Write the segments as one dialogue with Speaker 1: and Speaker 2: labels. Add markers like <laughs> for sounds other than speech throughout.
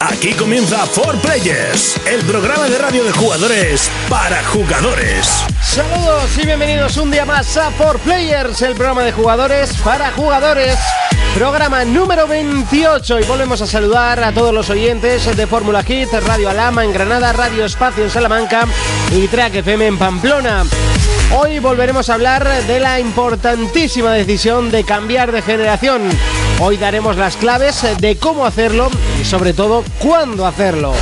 Speaker 1: Aquí comienza For Players, el programa de radio de jugadores para jugadores.
Speaker 2: Saludos y bienvenidos un día más a For Players, el programa de jugadores para jugadores. Programa número 28 y volvemos a saludar a todos los oyentes de Fórmula Hit, Radio Alama en Granada, Radio Espacio en Salamanca y Track FM en Pamplona. Hoy volveremos a hablar de la importantísima decisión de cambiar de generación. Hoy daremos las claves de cómo hacerlo y sobre todo cuándo hacerlo.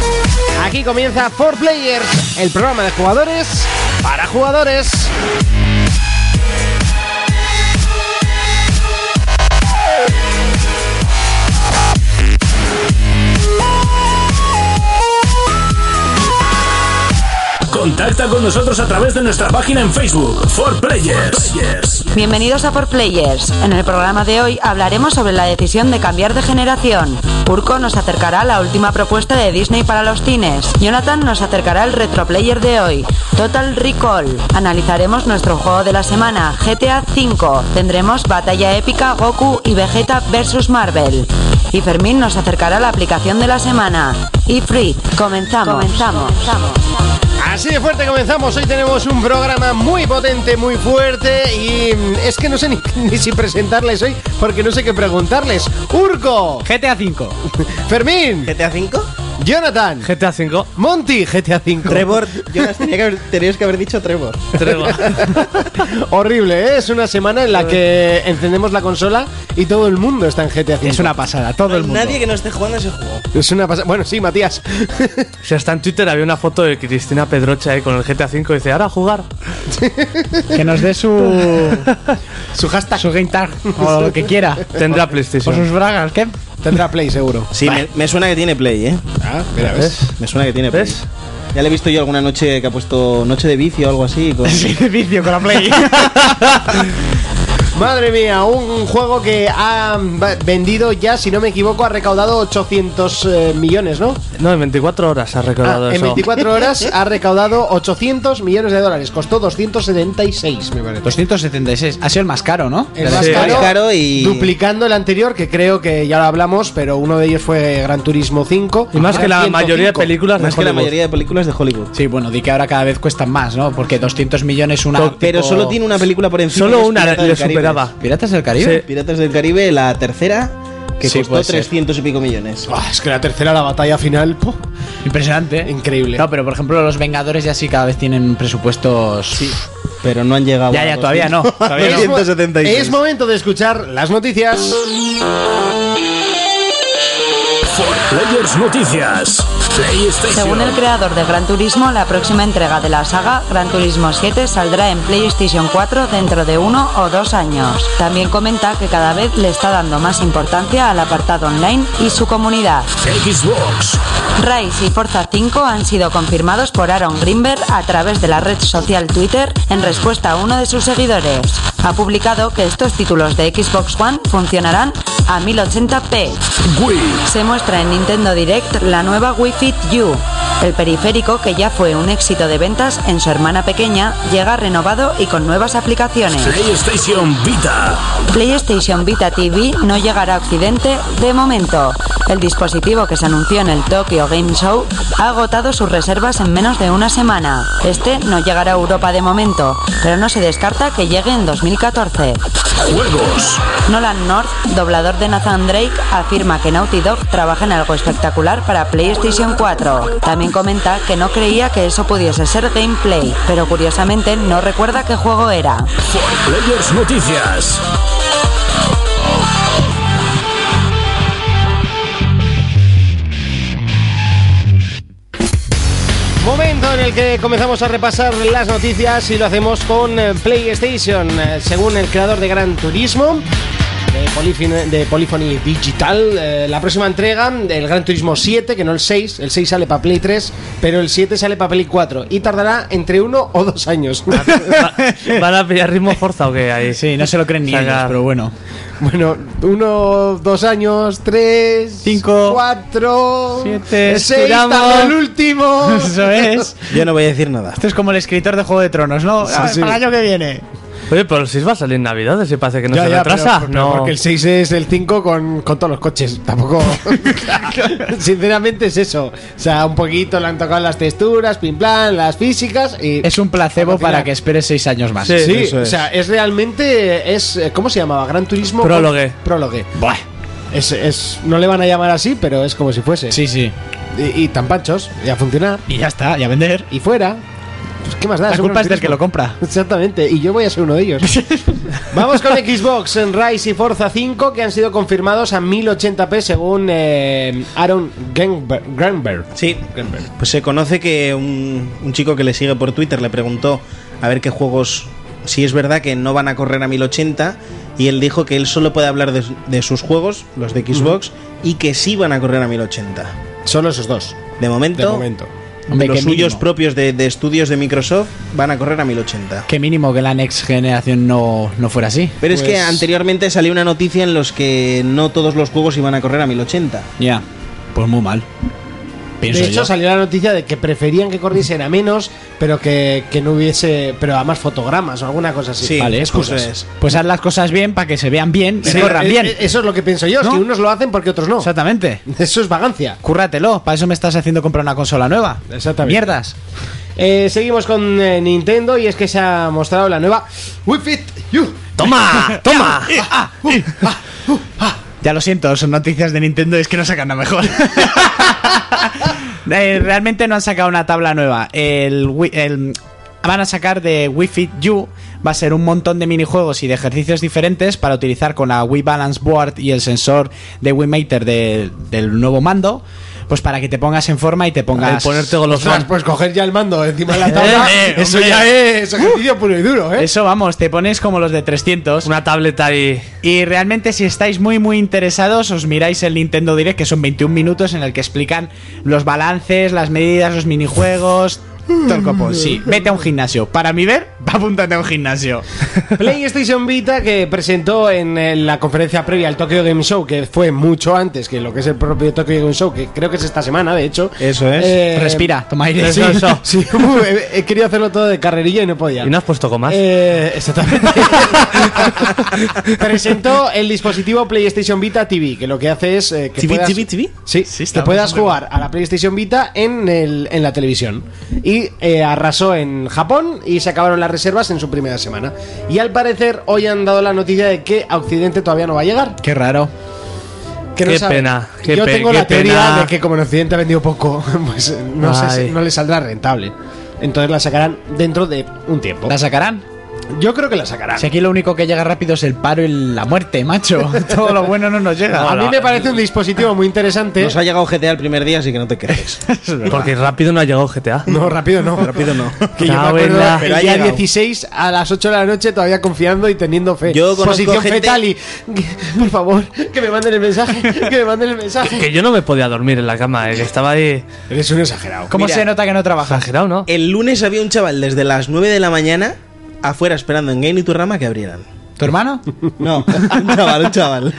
Speaker 2: Aquí comienza 4 Players, el programa de jugadores para jugadores.
Speaker 1: Contacta con nosotros a través de nuestra página en Facebook, For Players.
Speaker 3: Bienvenidos a Por Players. En el programa de hoy hablaremos sobre la decisión de cambiar de generación. Urco nos acercará la última propuesta de Disney para los cines. Jonathan nos acercará el retroplayer de hoy, Total Recall. Analizaremos nuestro juego de la semana, GTA V. Tendremos batalla épica Goku y Vegeta versus Marvel. Y Fermín nos acercará la aplicación de la semana. Y Free, comenzamos. Comenzamos.
Speaker 2: Así de fuerte comenzamos. Hoy tenemos un programa muy potente, muy fuerte y mm, es que no sé ni, <laughs> ni si presentarles hoy porque no sé qué preguntarles. Urco,
Speaker 4: GTA V.
Speaker 2: Fermín,
Speaker 5: ¿GTA V?
Speaker 2: Jonathan,
Speaker 4: GTA V.
Speaker 2: Monty, GTA V.
Speaker 5: Trevor, yo las tenía que haber, tenías que haber dicho Trevor.
Speaker 2: <laughs> Horrible, ¿eh? es una semana en la que encendemos la consola y todo el mundo está en GTA V.
Speaker 4: Es una pasada, todo el mundo.
Speaker 5: Nadie que no esté jugando ese juego.
Speaker 2: Es una pasada. Bueno, sí, Matías.
Speaker 4: <laughs>
Speaker 2: <laughs>
Speaker 4: Si hasta en Twitter había una foto de Cristina Pedrocha ahí con el GTA V y dice, ahora a jugar.
Speaker 6: <laughs> Que nos dé
Speaker 4: <laughs>
Speaker 6: su,
Speaker 2: Su hashtag
Speaker 6: su game tag o lo que quiera.
Speaker 4: Tendrá
Speaker 6: O sus
Speaker 4: PlayStation.
Speaker 6: bragas, ¿qué?
Speaker 2: tendrá play seguro.
Speaker 5: Sí, me, me suena que tiene play, ¿eh?
Speaker 2: Ah, mira,
Speaker 4: ¿Ves?
Speaker 5: Me suena que tiene play.
Speaker 4: ¿Ves?
Speaker 5: Ya le he visto yo alguna noche que ha puesto Noche de Vicio o algo así. con-
Speaker 6: vicio con la Play.
Speaker 2: <laughs> Madre mía, un juego que ha va- vendido ya, si no me equivoco, ha recaudado 800 eh, millones, ¿no?
Speaker 4: No, en 24 horas ha recordado
Speaker 2: Ah, en
Speaker 4: eso.
Speaker 2: 24 horas
Speaker 4: <laughs>
Speaker 2: ha recaudado 800 millones de dólares. Costó 276, me parece.
Speaker 6: 276. Ha sido el más caro, ¿no?
Speaker 2: El más
Speaker 4: Sí.
Speaker 2: caro,
Speaker 5: Más caro y-
Speaker 2: duplicando el anterior, que creo que ya lo hablamos, pero uno de ellos fue Gran Turismo 5.
Speaker 4: Y más que la
Speaker 2: 105.
Speaker 4: mayoría de películas
Speaker 5: Más
Speaker 4: de
Speaker 5: que la
Speaker 4: Hollywood.
Speaker 5: mayoría de películas de Hollywood.
Speaker 6: Sí, bueno, di que ahora cada vez cuestan más, ¿no? Porque 200 millones una...
Speaker 4: To-
Speaker 5: Pero
Speaker 6: tipo-
Speaker 5: solo tiene una película por encima. que
Speaker 4: Solo
Speaker 5: es
Speaker 4: una
Speaker 5: Piratas
Speaker 4: le
Speaker 5: del Caribe.
Speaker 4: superaba.
Speaker 6: ¿Piratas del Caribe?
Speaker 5: Piratas del Caribe, la tercera, que
Speaker 6: Sí,
Speaker 5: costó
Speaker 6: puede ser.
Speaker 5: 300 y pico millones.
Speaker 2: Ah, es que la tercera, la batalla final, ¡puf!
Speaker 6: Impresionante.
Speaker 2: increíble.
Speaker 6: No, pero por ejemplo los Vengadores ya sí cada vez tienen presupuestos...
Speaker 5: Sí, pero no han llegado.
Speaker 6: Ya,
Speaker 5: a
Speaker 6: ya,
Speaker 5: 200.
Speaker 6: todavía no. <laughs> Todavía no.
Speaker 2: Es mo-
Speaker 5: 276.
Speaker 2: Es momento de escuchar las noticias.
Speaker 1: For Players Noticias. PlayStation.
Speaker 3: Según el creador de Gran Turismo, la próxima entrega de la saga, Gran Turismo 7, saldrá en PlayStation 4 dentro de uno o dos años. También comenta que cada vez le está dando más importancia al apartado online y su comunidad.
Speaker 1: Xbox.
Speaker 3: Rise y Forza 5 han sido confirmados por Aaron Greenberg a través de la red social Twitter en respuesta a uno de sus seguidores. Ha publicado que estos títulos de Xbox One funcionarán a 1080p.
Speaker 1: Wii.
Speaker 3: Se muestra en Nintendo Direct la nueva Wii Fit U. El periférico, que ya fue un éxito de ventas en su hermana pequeña, llega renovado y con nuevas aplicaciones.
Speaker 1: PlayStation Vita.
Speaker 3: PlayStation Vita TV no llegará a Occidente de momento. El dispositivo que se anunció en el Tokyo Game Show ha agotado sus reservas en menos de una semana. Este no llegará a Europa de momento, pero no se descarta que llegue en 2014.
Speaker 1: Juegos.
Speaker 3: Nolan North, doblador de Nathan Drake, afirma que Naughty Dog trabaja en algo espectacular para PlayStation 4. También comenta que no creía que eso pudiese ser gameplay, pero curiosamente no recuerda qué juego era.
Speaker 1: Players Noticias.
Speaker 2: Momento en el que comenzamos a repasar las noticias y lo hacemos con eh, PlayStation. Eh, Según el creador de Gran Turismo, de Polyphony, de Polyphony Digital, eh, la próxima entrega del Gran Turismo 7, que no el 6, el 6 sale para Play 3, pero el 7 sale para Play 4 y tardará entre uno o
Speaker 6: <laughs>
Speaker 2: dos años.
Speaker 4: Va- <laughs> ¿Van a pillar ritmo Forza o qué ahí?
Speaker 6: Sí, no se lo creen ni
Speaker 4: Saca-
Speaker 6: ellos, pero
Speaker 7: <laughs>
Speaker 6: bueno.
Speaker 2: <laughs> bueno, uno, dos años, tres,
Speaker 6: Cinco,
Speaker 2: cuatro,
Speaker 6: siete,
Speaker 2: seis,
Speaker 6: esperamos.
Speaker 2: tarda el último.
Speaker 6: <laughs> Eso es.
Speaker 5: Yo no voy a decir nada.
Speaker 6: Esto es como el escritor de Juego de Tronos, ¿no?
Speaker 7: Ah,
Speaker 2: sí.
Speaker 6: Para el año que viene.
Speaker 4: Oye, pero el 6 va a salir en Navidades y parece que no
Speaker 6: Ya,
Speaker 4: se
Speaker 6: ya, pero-
Speaker 4: retrasa.
Speaker 6: pero
Speaker 4: no.
Speaker 6: Porque el 6 es el 5 con, con todos los coches. Tampoco. Sinceramente es eso. O sea, un poquito le han tocado las texturas, pim plan, las físicas y.
Speaker 7: Es un placebo
Speaker 6: Alucinar.
Speaker 7: para que esperes seis años más.
Speaker 4: Sí.
Speaker 6: Sí,
Speaker 5: Eso
Speaker 6: o
Speaker 5: es.
Speaker 6: sea, es realmente. es eh, ¿Cómo se llamaba? Gran Turismo.
Speaker 4: Prólogue.
Speaker 6: Prólogue. Es, es, no le van a llamar así, pero es como si fuese.
Speaker 7: Sí, sí.
Speaker 6: Y, y tan panchos, y a funcionar,
Speaker 7: Y ya está, y a vender.
Speaker 6: y fuera. Pues, ¿Qué más da?
Speaker 7: La
Speaker 6: Es un
Speaker 7: culpa
Speaker 6: Gran
Speaker 7: es del que
Speaker 6: Turismo.
Speaker 7: lo compra.
Speaker 6: Exactamente, y yo voy a ser uno de ellos.
Speaker 2: Vamos con Xbox, Rise y Forza 5 que han sido confirmados a 1080p según eh, Aaron Grenberg.
Speaker 5: Sí, pues se conoce que un, un chico que le sigue por Twitter le preguntó a ver qué juegos, si es verdad que no van a correr a 1080, y él dijo que él solo puede hablar de, de sus juegos, los de Xbox, y que sí van a correr a 1080.
Speaker 6: Solo esos dos,
Speaker 5: De momento,
Speaker 6: de momento.
Speaker 7: Hombre,
Speaker 5: los
Speaker 7: qué
Speaker 5: suyos
Speaker 7: mínimo.
Speaker 5: propios de, de estudios de Microsoft van a correr a 1080.
Speaker 7: Qué mínimo que la next generación no, no fuera así.
Speaker 5: Pero es que
Speaker 6: Pues-
Speaker 5: anteriormente salió una noticia en los que no todos los juegos iban a correr a 1080.
Speaker 7: Ya. Pues muy mal. Pienso
Speaker 6: de hecho,
Speaker 7: yo.
Speaker 6: salió la noticia de que preferían que corriesen a menos, pero que, que no hubiese. Pero a más fotogramas o alguna cosa así.
Speaker 5: Sí,
Speaker 7: Vale,
Speaker 5: eso
Speaker 7: excusas.
Speaker 5: es.
Speaker 7: Pues haz las cosas bien para que se vean bien y
Speaker 6: Sí,
Speaker 7: corran
Speaker 6: eh,
Speaker 7: bien.
Speaker 6: eh, Eso es lo que pienso yo, es
Speaker 7: ¿No?
Speaker 6: que unos lo hacen porque otros no.
Speaker 7: Exactamente.
Speaker 6: <laughs> Eso es vagancia.
Speaker 7: Cúrratelo, para eso me estás haciendo comprar una consola nueva.
Speaker 6: Exactamente.
Speaker 7: Mierdas.
Speaker 2: Eh, seguimos con eh, Nintendo y es que se ha mostrado la nueva Wii Fit U.
Speaker 4: <laughs> ¡Toma!
Speaker 6: <laughs>
Speaker 4: ¡Toma!
Speaker 7: Ya lo siento, son noticias de Nintendo, es que no sacan nada mejor. <laughs> Eh, realmente no han sacado una tabla nueva. El, Wii- el- van a sacar de Wii Fit U, va a ser un montón de minijuegos y de ejercicios diferentes para utilizar con la Wii Balance Board y el sensor de Wii Mater de- del nuevo mando, pues para que te pongas en forma y te
Speaker 4: Al
Speaker 7: pongas...
Speaker 4: ponerte
Speaker 6: Ostras,
Speaker 4: golosón.
Speaker 6: pues coger ya el mando encima
Speaker 2: <laughs>
Speaker 6: de la tabla.
Speaker 4: Eh, eh,
Speaker 6: eso
Speaker 4: hombre.
Speaker 6: ya es ejercicio puro y duro, ¿eh?
Speaker 7: Eso vamos, te pones como los de 300.
Speaker 4: Una tableta ahí.
Speaker 7: Y realmente si estáis muy muy interesados os miráis el Nintendo Direct que son 21 minutos en el que explican los balances, las medidas, los minijuegos, todo el copón. Sí, vete a un gimnasio. Para mi ver, <laughs> apúntate a un gimnasio.
Speaker 2: PlayStation Vita que presentó en eh, la conferencia previa al Tokyo Game Show, que fue mucho antes que lo que es el propio Tokyo Game Show, que creo que es esta semana, de hecho.
Speaker 5: Eso es.
Speaker 2: Eh,
Speaker 7: Respira, toma aire.
Speaker 4: Eso,
Speaker 7: <laughs>
Speaker 4: eso.
Speaker 2: Sí, <laughs> Uh, he, he querido hacerlo todo de carrerilla y no podía.
Speaker 4: Y no has puesto comas.
Speaker 2: Eh,
Speaker 4: <laughs>
Speaker 2: exactamente. Presentó el dispositivo PlayStation Vita TV, que lo que hace es eh, que
Speaker 5: TV,
Speaker 2: puedas,
Speaker 5: TV, TV.
Speaker 2: Sí,
Speaker 7: Sí,
Speaker 2: que
Speaker 7: está
Speaker 2: puedas
Speaker 7: bastante
Speaker 2: jugar a la PlayStation Vita en, el- en la televisión. Y eh, arrasó en Japón y se acabaron las reservas en su primera semana. Y al parecer hoy han dado la noticia de que a Occidente todavía no va a llegar.
Speaker 7: Qué raro.
Speaker 6: Que no
Speaker 4: Qué
Speaker 6: sabe.
Speaker 4: pena, qué
Speaker 6: Yo
Speaker 4: pe-
Speaker 6: tengo
Speaker 4: qué
Speaker 6: la teoría
Speaker 4: pena.
Speaker 6: de que como en Occidente ha vendido poco, <laughs> pues eh, no, sé si-
Speaker 4: Ay.
Speaker 6: no le saldrá rentable.
Speaker 2: Entonces la sacarán dentro de un tiempo.
Speaker 7: ¿La sacarán?
Speaker 2: Yo creo que la sacarán.
Speaker 7: Si aquí lo único que llega rápido es el paro y la muerte, macho. <laughs> Todo lo bueno no nos llega.
Speaker 2: A mí me parece un dispositivo muy
Speaker 6: ¿Eh?
Speaker 2: interesante.
Speaker 5: Nos ha llegado GTA el primer día, así que no
Speaker 6: <laughs>
Speaker 5: te quejes.
Speaker 4: Porque rápido no ha llegado GTA.
Speaker 6: No, rápido
Speaker 5: <laughs>
Speaker 6: no. rápido no. <laughs> Que yo me
Speaker 4: Cago en
Speaker 6: acuerdo
Speaker 4: la-
Speaker 6: el
Speaker 5: Pero ha
Speaker 6: día
Speaker 5: llegado.
Speaker 6: 16 a las 8 de la noche todavía confiando y teniendo fe.
Speaker 5: Yo conozco
Speaker 6: Posición
Speaker 5: gente-
Speaker 6: fetal y... <laughs> Por favor, que me manden el mensaje, que me manden el
Speaker 5: <laughs>
Speaker 6: mensaje.
Speaker 4: Que yo no me podía dormir en la cama, eh, que estaba ahí.
Speaker 6: Eres un exagerado.
Speaker 7: ¿Cómo
Speaker 5: Mira.
Speaker 7: se nota que no trabaja?
Speaker 4: Exagerado, ¿no?
Speaker 5: El lunes había un chaval desde las 9 de la mañana afuera esperando en Game y Turrama que abrieran.
Speaker 7: ¿Tu hermano?
Speaker 5: No, <laughs> un chaval, un chaval.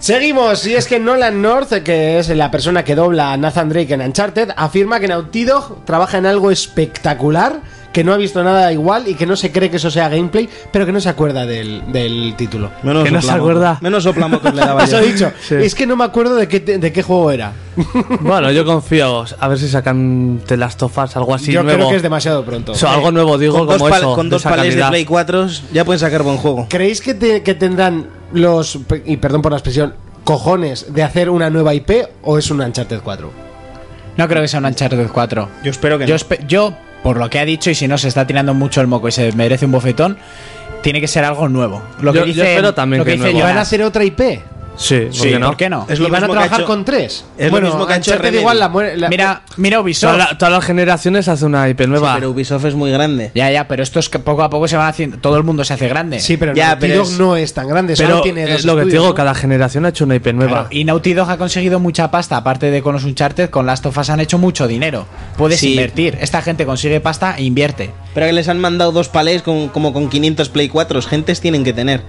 Speaker 2: Seguimos, y es que Nolan North, que es la persona que dobla a Nathan Drake en Uncharted, afirma que Naughty Dog trabaja en algo espectacular, que no ha visto nada igual y que no se cree que eso sea gameplay, pero que no se acuerda del, del título.
Speaker 5: Menos
Speaker 4: Que no se
Speaker 5: soplamo-
Speaker 4: acuerda.
Speaker 5: Menos soplamo que le
Speaker 2: <laughs>
Speaker 5: daba
Speaker 2: Eso
Speaker 5: yo.
Speaker 2: he dicho.
Speaker 4: Sí.
Speaker 2: Es que no me acuerdo de qué, te- de qué juego era.
Speaker 4: Bueno, yo confío. A ver si sacan The Last of Us, algo así
Speaker 2: Yo
Speaker 4: nuevo.
Speaker 2: creo que es demasiado pronto.
Speaker 4: O sea, algo nuevo, digo,
Speaker 5: Con dos,
Speaker 4: como
Speaker 5: pal-
Speaker 4: eso.
Speaker 5: con
Speaker 4: de
Speaker 5: dos
Speaker 4: esa
Speaker 5: palés de
Speaker 4: calidad.
Speaker 5: Play 4 ya pueden sacar buen juego.
Speaker 2: ¿Creéis que, te- que tendrán los, y perdón por la expresión, cojones de hacer una nueva IP o es un Uncharted 4?
Speaker 7: No creo que sea un Uncharted 4.
Speaker 5: Yo espero que
Speaker 7: Yo,
Speaker 5: no.
Speaker 7: espe- yo, por lo que ha dicho, y si no se está tirando mucho el moco y se merece un bofetón, tiene que ser algo nuevo. Lo que
Speaker 4: Yo- yo
Speaker 7: dice,
Speaker 4: espero también
Speaker 7: lo que
Speaker 4: que
Speaker 7: dice
Speaker 4: nuevo.
Speaker 2: ¿Y van
Speaker 7: Jonas.
Speaker 2: a hacer otra IP?
Speaker 4: Sí, ¿por
Speaker 7: Sí,
Speaker 4: qué no?
Speaker 7: ¿por qué no?
Speaker 5: Es
Speaker 2: ¿Y
Speaker 5: lo
Speaker 2: van a
Speaker 5: mismo que ha
Speaker 2: trabajar
Speaker 5: hecho-
Speaker 2: con tres?
Speaker 5: es lo
Speaker 2: bueno,
Speaker 5: mismo que ha hecho
Speaker 2: Uncharted
Speaker 5: Remedy.
Speaker 2: igual la, muere- la-
Speaker 7: Mira, mira Ubisoft.
Speaker 4: Toda la- todas las generaciones hace una IP
Speaker 5: Sí,
Speaker 4: nueva.
Speaker 5: pero Ubisoft es muy grande.
Speaker 7: Ya, ya, pero estos que poco a poco se van haciendo. Todo el mundo se hace grande.
Speaker 2: Sí, pero
Speaker 5: Ya,
Speaker 2: Naughty
Speaker 5: pero
Speaker 2: Dog
Speaker 5: es-
Speaker 2: no es tan grande.
Speaker 4: Pero
Speaker 2: solo tiene
Speaker 4: es
Speaker 2: dos
Speaker 4: lo que te
Speaker 2: estudios,
Speaker 4: digo,
Speaker 2: ¿no?
Speaker 4: cada generación ha hecho una IP nueva.
Speaker 7: Claro, y Naughty Dog ha conseguido mucha pasta, aparte de con los Uncharted, con Last of Us han hecho mucho dinero. Puedes
Speaker 5: Sí.
Speaker 7: invertir. Esta gente consigue pasta e invierte.
Speaker 5: Pero que les han mandado dos palés con, como con 500 Play 4. Gentes tienen que tener.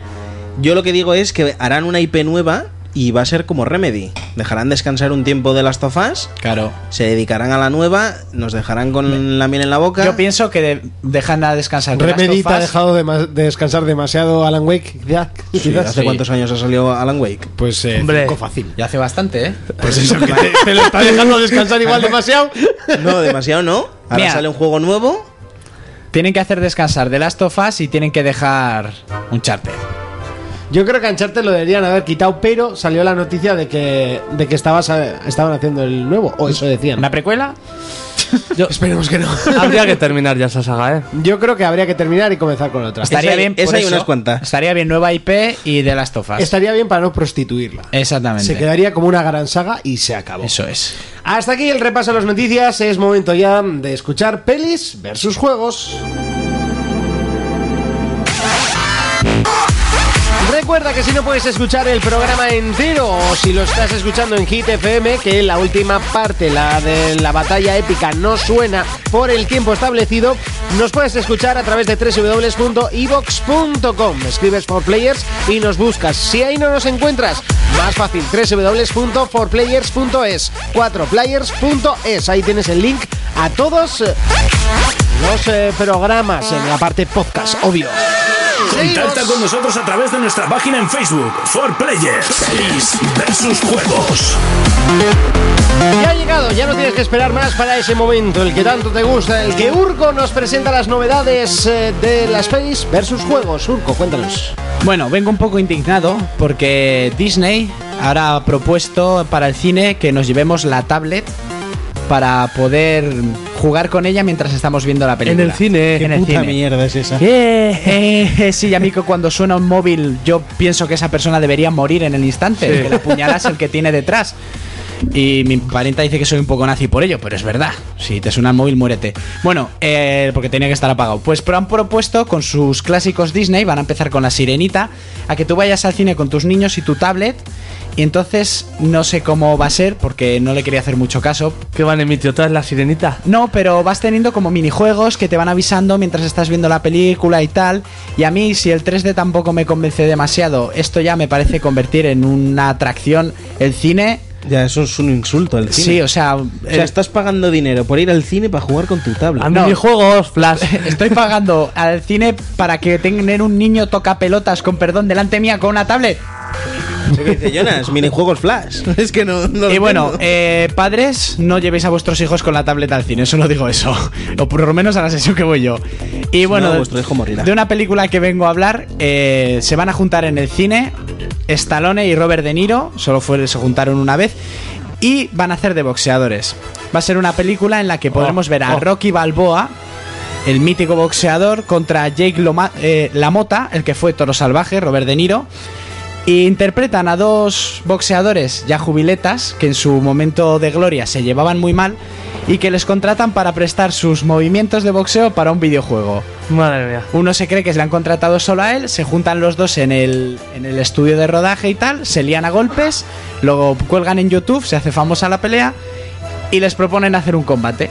Speaker 5: Yo lo que digo es que harán una IP nueva y va a ser como Remedy. Dejarán descansar un tiempo de las tofás,
Speaker 7: Claro.
Speaker 5: se dedicarán a la nueva, nos dejarán con la miel en la boca.
Speaker 7: Yo pienso que de- dejan a descansar. The Last
Speaker 6: Remedy te
Speaker 7: of
Speaker 6: ha
Speaker 7: Us.
Speaker 6: dejado de, ma- de descansar demasiado Alan Wake. Ya,
Speaker 5: Sí,
Speaker 6: quizás.
Speaker 5: ¿Hace cuántos años ha salido Alan Wake?
Speaker 6: Pues eh,
Speaker 4: Hombre.
Speaker 6: cinco fácil.
Speaker 7: Ya hace bastante, ¿eh?
Speaker 6: Pues eso, que te, <laughs> te lo está dejando descansar igual demasiado.
Speaker 5: No, demasiado no. Ahora
Speaker 7: Mira.
Speaker 5: sale un juego nuevo.
Speaker 7: Tienen que hacer descansar The Last of Us y tienen que dejar un charter.
Speaker 6: Yo creo que a Uncharted lo deberían haber quitado, pero salió la noticia de que, de que estabas, a- estaban haciendo el nuevo, o eso decían. <laughs>
Speaker 7: ¿Una precuela?
Speaker 6: Esperemos que no.
Speaker 4: Habría que terminar ya esa saga, ¿eh?
Speaker 6: Yo creo que habría que terminar y comenzar con otra.
Speaker 7: Estaría
Speaker 5: Esa hay-
Speaker 7: bien.
Speaker 5: esa
Speaker 7: por
Speaker 5: hay
Speaker 7: eso,
Speaker 5: unas cuantas.
Speaker 7: Estaría bien nueva IP y The Last of Us.
Speaker 6: Estaría bien para no prostituirla.
Speaker 7: Exactamente.
Speaker 6: Se quedaría como una gran saga y se acabó.
Speaker 7: Eso es.
Speaker 6: Hasta aquí el repaso de las noticias. Es momento ya de escuchar pelis versus juegos.
Speaker 2: Recuerda que si no puedes escuchar el programa entero o si lo estás escuchando en Hit FM, que la última parte, la de la batalla épica, no suena por el tiempo establecido, nos puedes escuchar a través de www.evox.com. Escribes for players y nos buscas. Si ahí no nos encuentras, más fácil, www.forplayers.es, 4players.es. Ahí tienes el link a todos eh, los eh, programas en la parte podcast, obvio.
Speaker 1: Contacta
Speaker 2: Seguimos.
Speaker 1: con nosotros a través de nuestra página en Facebook, For Players, Pelis versus Juegos.
Speaker 2: Ya ha llegado, ya no tienes que esperar más para ese momento, el que tanto te gusta, el que Urco nos presenta las novedades eh, de las pelis versus juegos. Urco, cuéntanos.
Speaker 7: Bueno, vengo un poco indignado porque Disney ahora ha propuesto para el cine que nos llevemos la tablet para poder jugar con ella mientras estamos viendo la película.
Speaker 4: En el cine,
Speaker 7: En
Speaker 4: qué
Speaker 7: el
Speaker 5: Puta
Speaker 7: cine.
Speaker 5: mierda es esa.
Speaker 7: Eh, eh, eh, sí, amigo, cuando suena un móvil, yo pienso que esa persona debería morir en el instante, que la apuñalas el que tiene detrás. Y mi parienta dice que soy un poco nazi por ello, pero es verdad. Si te suena el móvil, muérete. Bueno, eh, porque tenía que estar apagado. Pues pero han propuesto con sus clásicos Disney, van a empezar con la sirenita, a que tú vayas al cine con tus niños y tu tablet. Y entonces no sé cómo va a ser, porque no le quería hacer mucho caso,
Speaker 4: ¿Qué van a emitir otra vez la sirenita?
Speaker 7: no, pero vas teniendo como minijuegos que te van avisando mientras estás viendo la película y tal. Y a mí, si el 3D tampoco me convence demasiado, esto ya me parece convertir en una atracción el cine.
Speaker 5: Ya, eso es un insulto al cine.
Speaker 7: Sí, o sea,
Speaker 5: O sea,
Speaker 7: eh,
Speaker 5: estás pagando dinero por ir al cine para jugar con tu tablet.
Speaker 4: A minijuegos,
Speaker 7: <laughs>
Speaker 4: Flash.
Speaker 7: estoy pagando al cine para que tener un niño toca pelotas con perdón delante mía con una tablet.
Speaker 5: Eso que dice <laughs> Jonas, minijuegos flash. Es que no, no lo
Speaker 7: Y bueno,
Speaker 5: entiendo.
Speaker 7: eh, padres, no llevéis a vuestros hijos con la tableta al cine, solo digo eso. O por lo menos a la sesión que voy yo. Y bueno,
Speaker 5: no, vuestro hijo morirá.
Speaker 7: de una película que vengo a hablar, eh, se van a juntar en el cine Stallone y Robert De Niro, solo fue, se juntaron una vez, y van a hacer de boxeadores. Va a ser una película en la que podremos ver a
Speaker 4: oh.
Speaker 7: Rocky Balboa, el mítico boxeador, contra Jake Loma- eh, LaMotta, el que fue Toro Salvaje, Robert De Niro. Y interpretan a dos boxeadores ya jubiletas que en su momento de gloria se llevaban muy mal y que les contratan para prestar sus movimientos de boxeo para un videojuego.
Speaker 4: Madre mía.
Speaker 7: Uno se cree que se le han contratado solo a él, se juntan los dos en el, en el estudio de rodaje y tal, se lían a golpes, luego cuelgan en YouTube, se hace famosa la pelea y les proponen hacer un combate.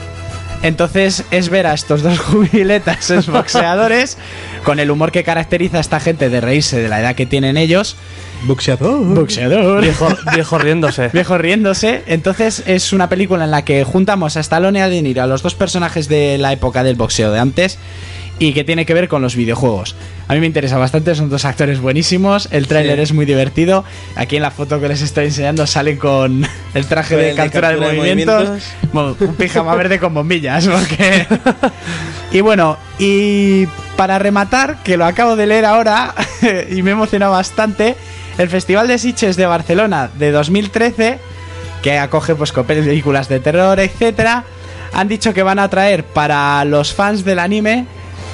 Speaker 7: Entonces es ver a estos dos <laughs> jubiletas, esos boxeadores, con el humor que caracteriza a esta gente de reírse de la edad que tienen ellos.
Speaker 5: Boxeador.
Speaker 7: Boxeador.
Speaker 4: Viejo, viejo riéndose.
Speaker 7: <laughs> Viejo riéndose. Entonces es una película en la que juntamos a Stallone y a De Niro, a los dos personajes de la época del boxeo de antes y que tiene que ver con los videojuegos. A mí me interesa bastante, son dos actores buenísimos, el tráiler es muy divertido. Aquí en la foto que les estoy enseñando salen con el traje
Speaker 5: Con
Speaker 7: de,
Speaker 5: el de
Speaker 7: captura,
Speaker 5: captura
Speaker 7: de
Speaker 5: de
Speaker 7: movimientos,
Speaker 5: movimientos.
Speaker 7: Bueno, un pijama verde con bombillas,
Speaker 5: <laughs>
Speaker 7: porque y bueno, y para rematar, que lo acabo de leer ahora <laughs> y me emociona bastante, el Festival de Sitges de Barcelona de 2013, que acoge pues con películas de terror, etcétera, han dicho que van a traer para los fans del anime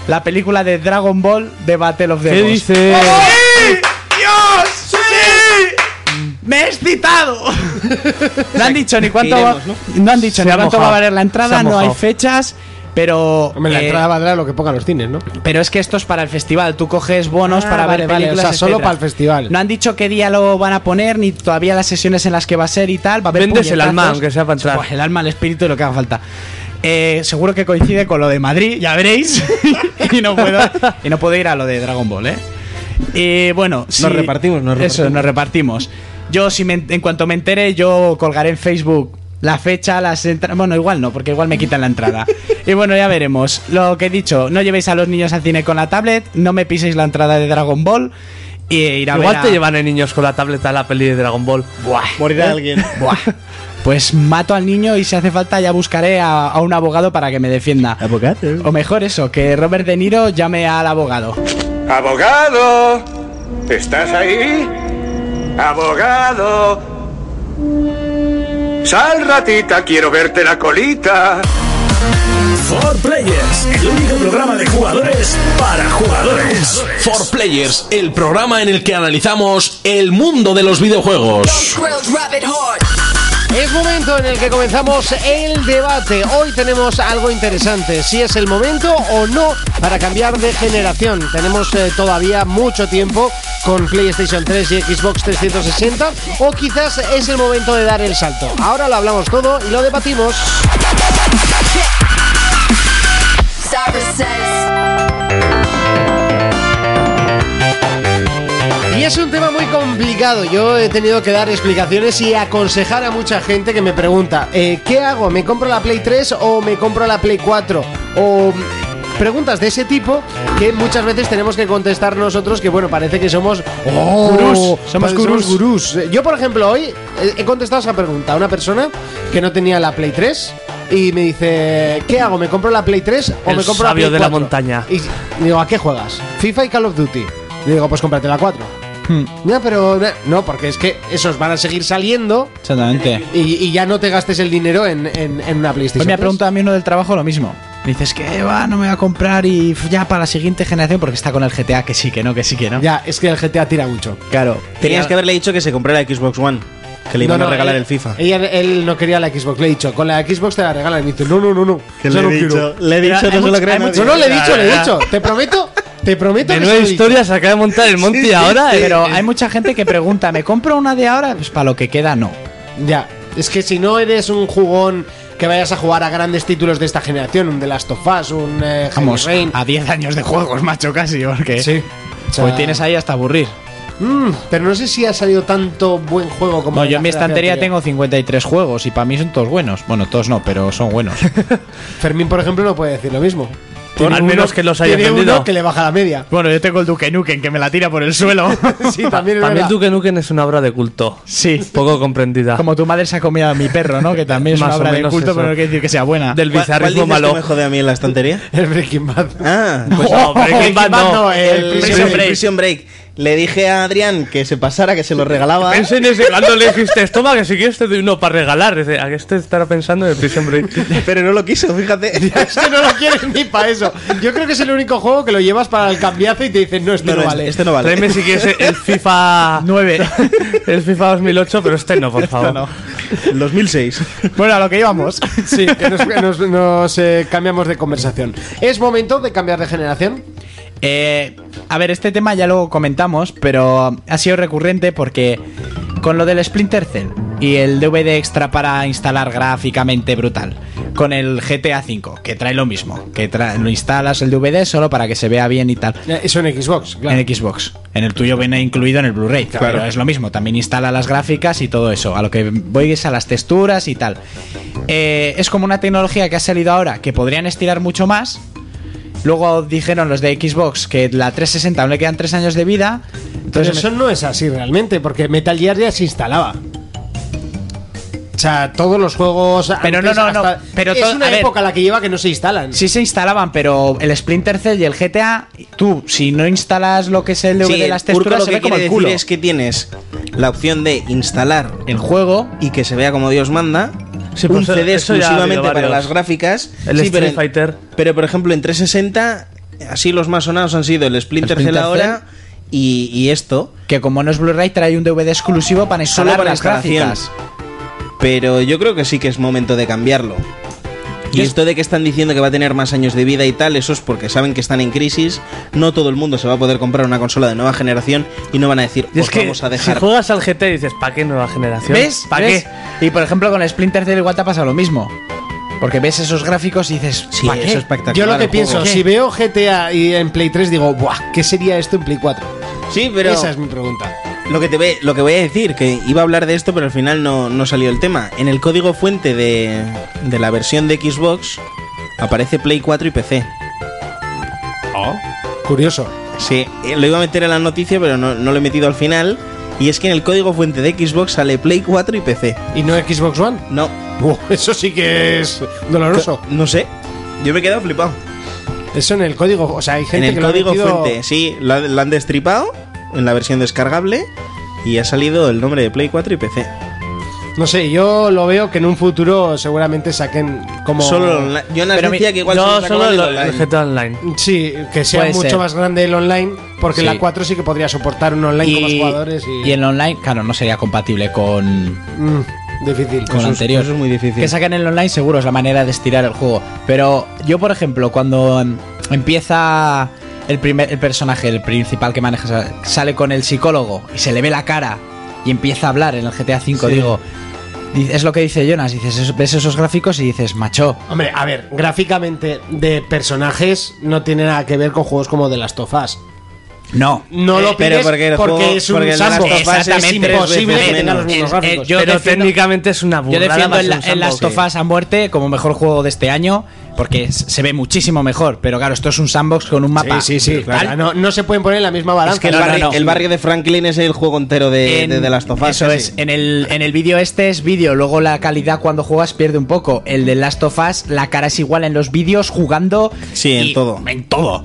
Speaker 7: la película de Dragon Ball de Battle of the
Speaker 4: ¿Qué
Speaker 7: Boss.
Speaker 4: dice?
Speaker 7: ¡Sí! ¡Dios! ¡Sí! ¡Me he
Speaker 5: <laughs>
Speaker 7: excitado! No han dicho ni cuánto, va-
Speaker 5: iremos, ¿no?
Speaker 7: no han dicho
Speaker 4: Se
Speaker 7: ni
Speaker 4: ha
Speaker 7: cuánto va a
Speaker 4: mojado.
Speaker 7: valer la
Speaker 4: Se
Speaker 7: entrada,
Speaker 4: ha
Speaker 7: no hay
Speaker 4: mojado.
Speaker 7: fechas, pero
Speaker 6: Hombre, la
Speaker 7: eh,
Speaker 6: entrada valdrá lo que pongan los cines, ¿no?
Speaker 7: pero es que esto es para el festival. Tú coges bonos
Speaker 6: Ah,
Speaker 7: para
Speaker 6: vale,
Speaker 7: ver
Speaker 6: vale,
Speaker 7: películas.
Speaker 6: o sea, solo
Speaker 7: etcétera.
Speaker 6: para el festival.
Speaker 7: No han dicho qué día lo van a poner, ni todavía las sesiones en las que va a ser y tal. Va a haber
Speaker 4: Vendes el
Speaker 7: puñetazos.
Speaker 4: alma, aunque sea para entrar.
Speaker 7: Buah, el alma, el espíritu y lo que haga falta. Eh, seguro que coincide con lo de Madrid, ya veréis. <laughs> y, no puedo, y no puedo ir a lo de Dragon Ball, ¿eh? Y bueno, sí,
Speaker 5: repartimos, nos
Speaker 7: Eso,
Speaker 5: repartimos.
Speaker 7: nos repartimos. Yo, si me- en cuanto me entere, yo colgaré en Facebook la fecha, las entradas. Bueno, igual no, porque igual me quitan
Speaker 5: <laughs>
Speaker 7: la entrada. y bueno, ya veremos. Lo que he dicho, no llevéis a los niños al cine con la tablet, no me piséis la entrada de Dragon Ball. Y ir a ver
Speaker 4: Igual
Speaker 7: a-
Speaker 4: te
Speaker 7: <laughs>
Speaker 4: llevan en niños con la tableta a la peli de Dragon Ball.
Speaker 5: Morirá alguien.
Speaker 7: Buah. Pues mato al niño y si hace falta ya buscaré a, a un abogado para que me defienda. O mejor eso, que Robert De Niro llame al abogado.
Speaker 8: ¡Abogado! ¿Estás ahí? ¡Abogado! ¡Sal, ratita! ¡Quiero verte la colita!
Speaker 1: For Players, el único programa de jugadores para jugadores.
Speaker 9: eh, For Players, el programa en el que analizamos el mundo de los videojuegos.
Speaker 2: Es momento en el que comenzamos el debate. Hoy tenemos algo interesante, si es el momento o no para cambiar de generación. Tenemos eh, todavía mucho tiempo con PlayStation 3 y Xbox 360 o quizás es el momento de dar el salto. Ahora lo hablamos todo y lo debatimos. Y es un tema muy complicado. Yo he tenido que dar explicaciones y aconsejar a mucha gente que me pregunta, eh, ¿qué hago? ¿Me compro la Play 3 o me compro la Play 4? O mm, preguntas de ese tipo que muchas veces tenemos que contestar nosotros que bueno, parece que somos gurús.
Speaker 6: Oh, somos gurús.
Speaker 2: gurús. Eh, Yo, por ejemplo, hoy eh, he contestado esa pregunta a una persona que no tenía la Play 3 y me dice, ¿qué hago? ¿Me compro la Play 3 o
Speaker 4: El
Speaker 2: me compro la
Speaker 4: sabio
Speaker 2: Play 4?
Speaker 4: de la montaña.
Speaker 2: Y digo, ¿a qué juegas? FIFA y Call of Duty. Le digo, pues cómprate la 4. No, pero na- no, porque es que esos van a seguir saliendo
Speaker 7: Exactamente.
Speaker 2: y, y ya no te gastes el dinero en, en- en una PlayStation.
Speaker 7: Pues me ha
Speaker 2: 3.
Speaker 7: preguntado a mí uno del trabajo lo mismo. Me dices que va, no me va a comprar y f- ya para la siguiente generación porque está con el GTA que sí, que no, que sí, que no.
Speaker 2: Ya, es que el GTA tira mucho.
Speaker 7: Claro.
Speaker 5: Tenías que haberle dicho que se comprara la Xbox One, que le iban a regalar
Speaker 2: él-
Speaker 5: el FIFA.
Speaker 2: Ella, él no quería la Xbox, le he dicho, con la Xbox te la regalan. Y dice, no, no, no, no. yo no quiero".
Speaker 5: le he
Speaker 7: Pero hay mucho- hay mucho-
Speaker 2: No, no, le he dicho, le he dicho. Te prometo, te prometo
Speaker 4: De
Speaker 2: que
Speaker 4: nueva
Speaker 2: se lo he dicho.
Speaker 4: historia se acaba de montar el Monty ahora. eh.
Speaker 7: Pero hay mucha gente que pregunta, ¿me compro una de ahora? Pues para lo que queda, no.
Speaker 2: Ya, es que si no eres un jugón que vayas a jugar a grandes títulos de esta generación, un The Last of Us, un eh, Heavy
Speaker 7: Vamos,
Speaker 2: Rain,
Speaker 7: a 10 años de juegos, macho, casi, porque...
Speaker 2: Sí. O
Speaker 7: Pues
Speaker 2: sea-
Speaker 7: tienes ahí hasta aburrir.
Speaker 2: Mm, pero no sé si ha salido tanto buen juego como.
Speaker 7: No,
Speaker 2: de
Speaker 7: yo
Speaker 2: la
Speaker 7: en mi
Speaker 2: generación
Speaker 7: estantería
Speaker 2: anterior.
Speaker 7: tengo 53 juegos y para mí son todos buenos. Bueno, todos no, pero son buenos.
Speaker 2: Fermín, por ejemplo, no puede decir lo mismo. Tiene
Speaker 4: al
Speaker 2: uno-
Speaker 4: menos que los haya
Speaker 2: tiene uno
Speaker 4: vendido.
Speaker 2: que le baja la media.
Speaker 7: <laughs> bueno, yo tengo el Duque Nukem que me la tira por el <laughs> suelo.
Speaker 2: Sí, también es
Speaker 4: También
Speaker 2: verdad. <laughs>
Speaker 4: Duke Nukem es una obra de culto.
Speaker 7: sí.
Speaker 4: Poco comprendida.
Speaker 7: Como tu madre se ha comido a mi perro, ¿no? Que también es
Speaker 4: Más
Speaker 7: una
Speaker 4: o
Speaker 7: obra de
Speaker 4: menos
Speaker 7: culto,
Speaker 4: eso.
Speaker 7: pero no quiere decir que sea buena.
Speaker 4: Del
Speaker 5: ¿Cuál, cuál dices
Speaker 4: bizarrismo
Speaker 5: que
Speaker 4: malo.
Speaker 5: me jode a mí en la estantería?
Speaker 2: El Breaking Bad.
Speaker 5: Ah, pues
Speaker 4: <laughs> No, Breaking
Speaker 2: Breaking
Speaker 4: Bad
Speaker 2: Bad
Speaker 4: no.
Speaker 2: no, el Prison
Speaker 5: el Prison
Speaker 4: Break.
Speaker 5: Prison Break. Le dije a Adrián que se pasara, que se lo
Speaker 4: <laughs>
Speaker 5: regalaba.
Speaker 4: Pensé en ese cuando le dijiste, toma que si quieres te doy uno para regalar. Dice, ¿a qué este estará pensando en el Prison Break?
Speaker 5: Pero no lo quiso, fíjate.
Speaker 7: este
Speaker 2: Es que no lo quieres ni para eso. Yo creo que es el único juego que lo llevas para el cambiazo y te dicen, no, este
Speaker 5: No,
Speaker 2: no,
Speaker 5: no,
Speaker 2: vale.
Speaker 5: Este no vale.
Speaker 4: Tráeme si quieres el FIFA
Speaker 7: 9.
Speaker 4: el FIFA 2008, pero este no, por favor.
Speaker 5: El 2006.
Speaker 7: bueno, a lo que íbamos.
Speaker 2: <laughs> Sí, que nos, nos- nos, eh, cambiamos de conversación. ¿Es momento de cambiar de generación?
Speaker 7: Eh, a ver, este tema ya lo comentamos, pero ha sido recurrente porque con lo del Splinter Cell y el DVD extra para instalar gráficamente brutal, con el GTA V, que trae lo mismo, que trae- lo instalas el DVD solo para que se vea bien y tal.
Speaker 2: Eh, Eso en Xbox, claro.
Speaker 7: En Xbox. En el tuyo viene incluido en el Blu-ray. Pero es lo mismo. También instala las gráficas y todo eso. A lo que voy es a las texturas y tal. Eh, es como una tecnología que ha salido ahora que podrían estirar mucho más. Luego dijeron los de Xbox que la 360 aún le quedan 3 años de vida.
Speaker 2: Pero
Speaker 7: Entonces
Speaker 2: eso no es así realmente, porque Metal Gear ya se instalaba. O sea, todos los juegos.
Speaker 7: Pero no, no, no, pero
Speaker 2: es
Speaker 7: todo-
Speaker 2: una
Speaker 7: a ver.
Speaker 2: época la que lleva que no se instalan.
Speaker 7: Sí se instalaban, pero el Splinter Cell y el GTA, tú, si no instalas lo que es el DVD
Speaker 5: Sí,
Speaker 7: de las
Speaker 5: Urco
Speaker 7: texturas,
Speaker 5: lo
Speaker 7: se
Speaker 5: que
Speaker 7: ve como
Speaker 5: quiere
Speaker 7: el
Speaker 5: decir
Speaker 7: culo.
Speaker 5: es que tienes la opción de instalar
Speaker 7: El juego
Speaker 5: y que se vea como Dios manda.
Speaker 4: Sí,
Speaker 5: un
Speaker 4: pues
Speaker 5: CD
Speaker 4: eso ya ha
Speaker 5: exclusivamente
Speaker 4: habido
Speaker 5: para
Speaker 4: varios.
Speaker 5: las gráficas.
Speaker 4: El
Speaker 5: Sí, pero
Speaker 4: Street
Speaker 5: en-
Speaker 4: Fighter.
Speaker 5: Pero por ejemplo, en 360, así los más sonados han sido el Splinter
Speaker 7: El
Speaker 5: Cell
Speaker 7: Splinter
Speaker 5: ahora y, y esto.
Speaker 7: que como no es Blu-ray trae un DVD exclusivo para instalar
Speaker 5: Solo para
Speaker 7: las
Speaker 5: instalación.
Speaker 7: gráficas.
Speaker 5: Pero yo creo que sí que es momento de cambiarlo. Y
Speaker 7: Yo-
Speaker 5: esto de que están diciendo que va a tener más años de vida y tal, eso es porque saben que están en crisis. No todo el mundo se va a poder comprar una consola de nueva generación y no van a decir,
Speaker 4: Y
Speaker 5: os
Speaker 4: es que
Speaker 5: Pues vamos a dejar.
Speaker 4: si juegas al GT dices, ¿para qué nueva generación?
Speaker 7: ¿Ves?
Speaker 4: ¿Para
Speaker 7: ¿Ves?
Speaker 4: qué?
Speaker 7: Y por ejemplo con el Splinter Cell igual te ha pasado lo mismo. Porque ves esos gráficos y dices,
Speaker 5: Sí,
Speaker 7: ¿para qué?
Speaker 5: eso es espectacular.
Speaker 2: Yo lo que
Speaker 5: el
Speaker 2: pienso,
Speaker 5: juego.
Speaker 2: si veo GTA y en Play 3 digo, "Buah, ¿qué sería esto en Play 4?"
Speaker 5: Sí, pero
Speaker 2: Esa es mi pregunta.
Speaker 5: Lo que, te ve, lo que voy a decir, que iba a hablar de esto, pero al final no, no salió el tema. En el código fuente de, de la versión de Xbox aparece Play 4 y PC.
Speaker 7: Oh.
Speaker 2: Curioso.
Speaker 5: Sí, eh, lo iba a meter en la noticia, pero no, no lo he metido al final. Y es que en el código fuente de Xbox sale Play 4 y PC.
Speaker 2: ¿Y no Xbox One? <laughs>
Speaker 5: No,
Speaker 2: Buah, eso sí que es doloroso.
Speaker 5: no sé. Yo me he quedado flipado.
Speaker 2: Eso en el código, o sea, hay gente
Speaker 5: en el
Speaker 2: que lo ha
Speaker 5: código
Speaker 2: metido-
Speaker 5: fuente, sí, lo, han- lo han destripado en la versión descargable y ha salido el nombre de Play 4 y PC.
Speaker 2: No sé, yo lo veo que en un futuro seguramente saquen como
Speaker 5: Solo online. Yo
Speaker 7: Pero mi-
Speaker 5: decía que igual
Speaker 4: no,
Speaker 5: se sacaba
Speaker 4: solo
Speaker 5: del
Speaker 4: lo-
Speaker 5: online.
Speaker 4: el GTA Online.
Speaker 2: Sí, que sea
Speaker 7: Puede
Speaker 2: mucho
Speaker 7: ser.
Speaker 2: más grande el online, porque
Speaker 7: Sí.
Speaker 2: la 4 sí que podría soportar un online con más jugadores y,
Speaker 7: y el online, claro, no sería compatible con,
Speaker 2: Mm, difícil.
Speaker 7: con lo anterior.
Speaker 5: eso es muy difícil.
Speaker 7: Que sacan el online seguro es la manera de estirar el juego. Pero yo, por ejemplo, cuando em, empieza el primer el personaje, el principal que manejas, sale con el psicólogo y se le ve la cara y empieza a hablar en el GTA V, digo, di- es lo que dice Jonas, dices, es- ves esos gráficos y dices, macho,
Speaker 2: Hombre, a ver, gráficamente de personajes no tiene nada que ver con juegos como The Last of Us.
Speaker 7: no.
Speaker 2: No
Speaker 5: Eh,
Speaker 2: lo pides
Speaker 5: pero porque el juego-
Speaker 2: es un
Speaker 5: porque el Last
Speaker 2: sandbox.
Speaker 7: of Us es
Speaker 2: Exactamente,
Speaker 7: tres
Speaker 2: es imposible
Speaker 7: veces
Speaker 2: que tenga los
Speaker 7: menos.
Speaker 2: mismos
Speaker 7: Eh, eh,
Speaker 2: gráficos.
Speaker 7: yo-
Speaker 4: Pero
Speaker 7: defiendo-
Speaker 4: técnicamente es una
Speaker 7: Yo
Speaker 4: burrada.
Speaker 7: defiendo
Speaker 4: más
Speaker 7: el,
Speaker 4: un
Speaker 7: el
Speaker 4: sandbox.
Speaker 7: Last of
Speaker 2: ¿eh?
Speaker 7: Us a muerte como mejor juego de este año, porque s- se ve muchísimo mejor, pero claro, esto es un sandbox con un mapa.
Speaker 2: Sí, sí, sí.
Speaker 7: brutal.
Speaker 2: claro, no, no se pueden poner en la misma balanza.
Speaker 5: Es que el,
Speaker 7: No, no,
Speaker 5: barri-
Speaker 7: no.
Speaker 5: el barrio de Franklin es el juego entero de,
Speaker 7: En-
Speaker 5: de The Last of Us.
Speaker 7: Eso
Speaker 5: casi.
Speaker 7: es, en el, en el vídeo este es vídeo, luego la calidad cuando jugas pierde un poco. El de Last of Us, la cara es igual en los vídeos, jugando.
Speaker 5: Sí, en
Speaker 7: y-
Speaker 5: todo.
Speaker 7: En todo.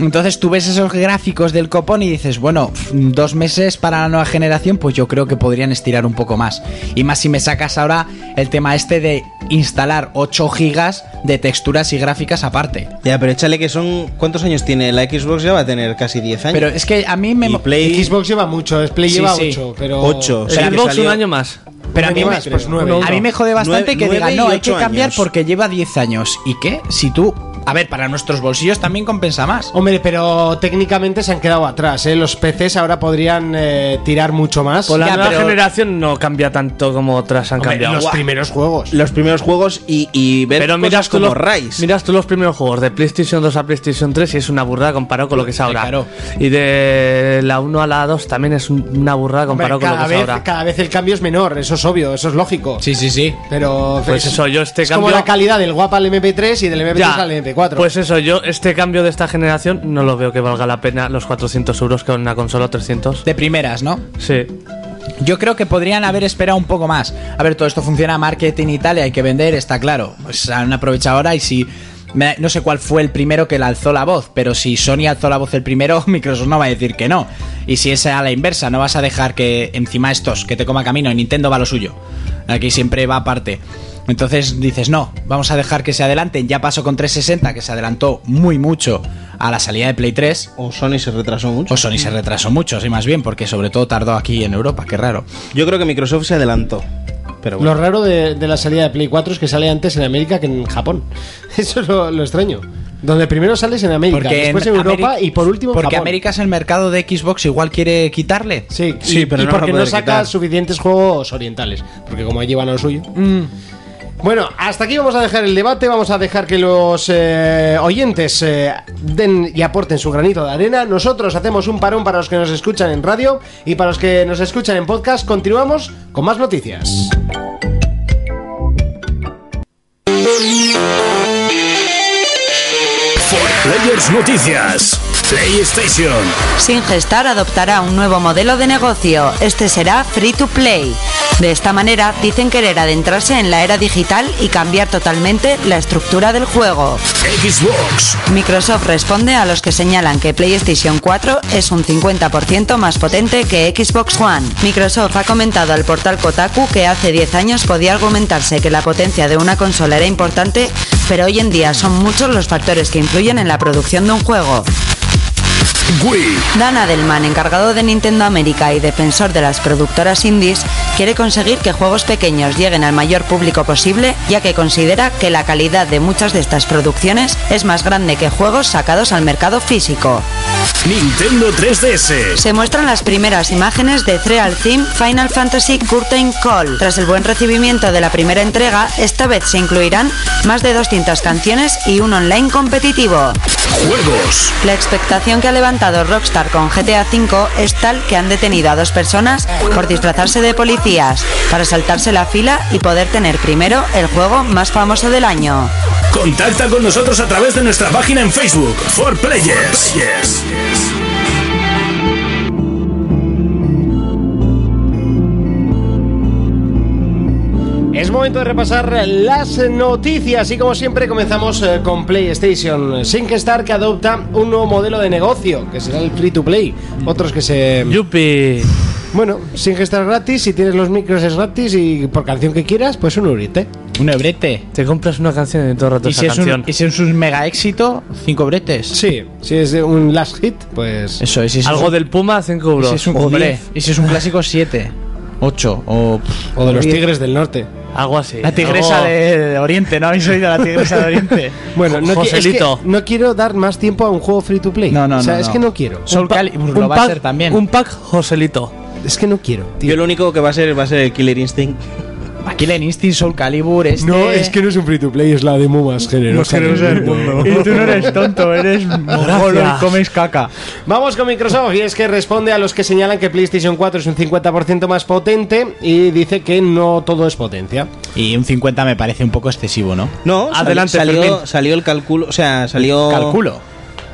Speaker 7: Entonces tú ves esos gráficos del copón y dices, bueno, pf, dos meses para la nueva generación, pues yo creo que podrían estirar un poco más. Y más si me sacas ahora el tema este de instalar 8 gigas de texturas y gráficas aparte.
Speaker 5: Ya, pero échale que son. ¿Cuántos años tiene la Xbox? Ya va a tener casi 10 años.
Speaker 7: Pero es que a mí me...
Speaker 5: y Play
Speaker 2: Xbox lleva mucho, es Play
Speaker 7: Sí,
Speaker 2: lleva
Speaker 7: sí.
Speaker 2: 8, pero...
Speaker 5: 8.
Speaker 4: El Xbox un año más.
Speaker 7: Pero a mí me,
Speaker 2: más, pues nueve.
Speaker 7: A mí me jode bastante
Speaker 5: Nueve-
Speaker 7: que
Speaker 5: nueve
Speaker 7: digan,
Speaker 5: y
Speaker 7: no, hay
Speaker 5: ocho
Speaker 7: que cambiar
Speaker 5: años".
Speaker 7: porque lleva 10 años. ¿Y qué? Si tú. A ver, para nuestros bolsillos también compensa más.
Speaker 2: Hombre, pero técnicamente se han quedado atrás, ¿eh? Los PCs ahora podrían eh, tirar mucho más.
Speaker 4: Pues la
Speaker 7: Ya,
Speaker 4: nueva
Speaker 7: pero-
Speaker 4: generación no cambia tanto como otras han
Speaker 2: Hombre,
Speaker 4: cambiado.
Speaker 2: los
Speaker 4: Guau.
Speaker 2: primeros juegos.
Speaker 5: Los primeros juegos y, y ver
Speaker 4: Pero
Speaker 5: cosas
Speaker 4: miras tú,
Speaker 5: como
Speaker 4: los,
Speaker 5: Rise.
Speaker 4: miras tú los primeros juegos de PlayStation 2 a PlayStation 3 y es una burrada comparado con lo que es ahora.
Speaker 7: claro.
Speaker 4: Y de la 1 a la 2 también es un- una burrada
Speaker 2: Hombre,
Speaker 4: comparado con
Speaker 2: cada,
Speaker 4: lo que
Speaker 2: vez,
Speaker 4: es ahora.
Speaker 2: cada vez el cambio es menor, eso es obvio, eso es lógico.
Speaker 7: Sí, sí, sí.
Speaker 2: Pero
Speaker 4: Pues eso, yo este
Speaker 2: es como
Speaker 4: cambio-
Speaker 2: la calidad del guapa al MP3 y del MP3 al MP4.
Speaker 4: Pues eso, yo este cambio de esta generación no lo veo que valga la pena los 400 euros con una consola 300.
Speaker 7: De primeras, ¿no?
Speaker 4: Sí.
Speaker 7: Yo creo que podrían haber esperado un poco más. A ver, todo esto funciona marketing y tal, y hay que vender, está claro. Pues han aprovechado ahora y si. me- no sé cuál fue el primero que la alzó la voz, pero si Sony alzó la voz el primero, <laughs> Microsoft no va a decir que no. Y si es a la inversa, no vas a dejar que encima estos que te coma camino, Nintendo va a lo suyo. Aquí siempre va aparte. Entonces dices, no, vamos a dejar que se adelanten. Ya pasó con 360, que se adelantó muy mucho a la salida de Play 3.
Speaker 5: O Sony se retrasó mucho.
Speaker 7: O Sony se retrasó mucho, sí, más bien, porque sobre todo tardó aquí en Europa, qué raro.
Speaker 5: Yo creo que Microsoft se adelantó. Pero bueno.
Speaker 2: Lo raro de, de la salida de Play 4 es que sale antes en América que en Japón. <laughs> Eso es lo, lo extraño. Donde primero sales en América, después en Europa
Speaker 7: Ameri-
Speaker 2: y por último en
Speaker 7: Porque
Speaker 2: Japón.
Speaker 7: América es el mercado de Xbox, igual quiere quitarle.
Speaker 2: Sí,
Speaker 5: Sí,
Speaker 2: y,
Speaker 5: pero
Speaker 2: y
Speaker 5: no va a
Speaker 2: porque no
Speaker 5: poder
Speaker 2: saca
Speaker 5: quitar.
Speaker 2: suficientes juegos orientales, porque como allí van a lo suyo.
Speaker 5: Mm.
Speaker 2: Bueno, hasta aquí vamos a dejar el debate, vamos a dejar que los eh, oyentes eh, den y aporten su granito de arena. Nosotros hacemos un parón para los que nos escuchan en radio y para los que nos escuchan en podcast. Continuamos con más noticias.
Speaker 1: Players Noticias. PlayStation.
Speaker 3: Singestar adoptará un nuevo modelo de negocio. Este será free to play. De esta manera dicen querer adentrarse en la era digital y cambiar totalmente la estructura del juego.
Speaker 1: Xbox.
Speaker 3: Microsoft responde a los que señalan que PlayStation 4 es un 50% más potente que Xbox One. Microsoft ha comentado al portal Kotaku que hace 10 años podía argumentarse que la potencia de una consola era importante, pero hoy en día son muchos los factores que influyen en la producción de un juego.
Speaker 1: Wii.
Speaker 3: Dana Adelman, encargado de Nintendo América y defensor de las productoras indies, quiere conseguir que juegos pequeños lleguen al mayor público posible, ya que considera que la calidad de muchas de estas producciones es más grande que juegos sacados al mercado físico.
Speaker 1: Nintendo 3DS.
Speaker 3: Se muestran las primeras imágenes de Threal Theme Final Fantasy Curtain Call. Tras el buen recibimiento de la primera entrega, esta vez se incluirán más de 200 canciones y un online competitivo.
Speaker 1: videojuegos.
Speaker 3: La expectación que ha levantado Rockstar con GTA V es tal que han detenido a dos personas por disfrazarse de policías, para saltarse la fila y poder tener primero el juego más famoso del año.
Speaker 1: Contacta con nosotros a través de nuestra página en Facebook, For Players.
Speaker 2: Es momento de repasar las noticias y como siempre comenzamos eh, con PlayStation. SingStar que adopta un nuevo modelo de negocio, que será el free to play. Otros que se...
Speaker 4: Yupi.
Speaker 2: Bueno, SingStar gratis, si tienes los micros es gratis y por canción que quieras, pues un eurite.
Speaker 7: Un ebrete.
Speaker 4: Te compras una canción y todo el rato
Speaker 7: Y
Speaker 4: esa
Speaker 7: si, es
Speaker 4: canción.
Speaker 7: un, y si es un mega éxito, cinco bretes.
Speaker 2: Sí, si es de un last hit, pues...
Speaker 7: Eso es. y si es
Speaker 4: Algo
Speaker 7: un-
Speaker 4: del Puma, 5
Speaker 7: y
Speaker 4: euros.
Speaker 7: si es un,
Speaker 4: Hombre,
Speaker 7: diez, y si es un clásico, siete. Ocho. O,
Speaker 2: O de los Tigres del Norte.
Speaker 4: Algo así.
Speaker 7: La tigresa
Speaker 4: algo-
Speaker 7: de Oriente, ¿no habéis oído la tigresa de
Speaker 2: <laughs>
Speaker 7: Oriente?
Speaker 2: Bueno, no, qui- es que
Speaker 4: Joselito.
Speaker 2: no quiero dar más tiempo a un juego free to play.
Speaker 7: No, no,
Speaker 2: O sea,
Speaker 7: no,
Speaker 2: es
Speaker 7: no.
Speaker 2: que no quiero.
Speaker 7: Soul
Speaker 4: un pack-
Speaker 7: Cali-
Speaker 4: un
Speaker 7: lo va a
Speaker 4: pack-
Speaker 7: hacer también.
Speaker 4: Un pack Joselito.
Speaker 2: Es que no quiero, tío.
Speaker 5: Yo lo único que va a ser va a ser el Killer Instinct.
Speaker 7: Aquí Len Instinct, Soul Calibur, este... <laughs>
Speaker 2: no es un free to play, es la demo más generosa. ¿eh?
Speaker 7: Y tú no eres tonto, <laughs> eres mongolo y comes caca.
Speaker 2: <laughs> Vamos con Microsoft y es que responde a los que señalan que PlayStation 4 es un 50% más potente y dice que no todo es potencia.
Speaker 7: Y un 50 me parece un poco excesivo, ¿no?
Speaker 5: No, sal-
Speaker 4: Adelante,
Speaker 5: salió,
Speaker 4: Fermín.
Speaker 5: salió el cálculo, o sea, salió
Speaker 7: Calculo.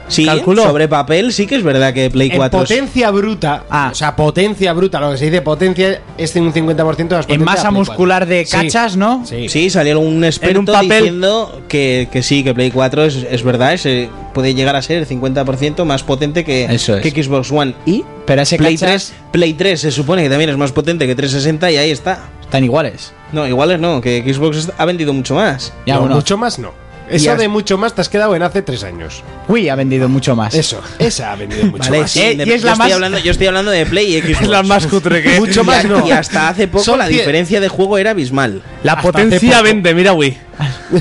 Speaker 5: Sí,
Speaker 4: Calculo.
Speaker 5: sobre papel sí que es verdad que Play
Speaker 2: En
Speaker 5: 4 es-
Speaker 2: potencia bruta,
Speaker 7: Ah.
Speaker 2: o sea, potencia bruta, lo que se dice potencia es en un 50% más potente.
Speaker 7: En masa
Speaker 2: a Play
Speaker 7: muscular
Speaker 2: 4.
Speaker 7: de
Speaker 2: Sí.
Speaker 7: cachas, ¿no?
Speaker 2: Sí.
Speaker 5: Sí, salió un experto
Speaker 4: un papel.
Speaker 5: diciendo que, que sí, que Play 4 es, es verdad, es, eh, puede llegar a ser 50% más potente que,
Speaker 7: Eso es.
Speaker 5: que Xbox One. Y
Speaker 7: Pero ese
Speaker 5: Play
Speaker 7: cachas
Speaker 5: 3, Play 3 se supone que también es más potente que 360 y ahí está.
Speaker 7: están iguales.
Speaker 5: No, iguales no, que Xbox ha vendido mucho más.
Speaker 7: Ya
Speaker 2: No,
Speaker 7: uno.
Speaker 2: Mucho más no. Eso
Speaker 5: Ya.
Speaker 2: de mucho más te has quedado en hace tres años.
Speaker 7: Wii ha vendido mucho más.
Speaker 2: Eso, esa ha venido mucho
Speaker 5: Vale,
Speaker 2: más.
Speaker 5: sí,
Speaker 7: Eh,
Speaker 5: de-
Speaker 7: y es
Speaker 5: yo,
Speaker 7: la
Speaker 5: estoy
Speaker 7: más-
Speaker 5: hablando, yo estoy hablando de Play y Xbox.
Speaker 4: Es la más cutre que
Speaker 5: Y
Speaker 7: <laughs>
Speaker 2: Mucho más
Speaker 5: a-
Speaker 2: no.
Speaker 5: Y hasta hace poco
Speaker 2: Son
Speaker 5: la
Speaker 2: cien-
Speaker 5: diferencia de juego era abismal.
Speaker 4: La
Speaker 2: Hasta hace
Speaker 4: potencia
Speaker 2: poco.
Speaker 4: vende, mira, Wii.
Speaker 7: <laughs>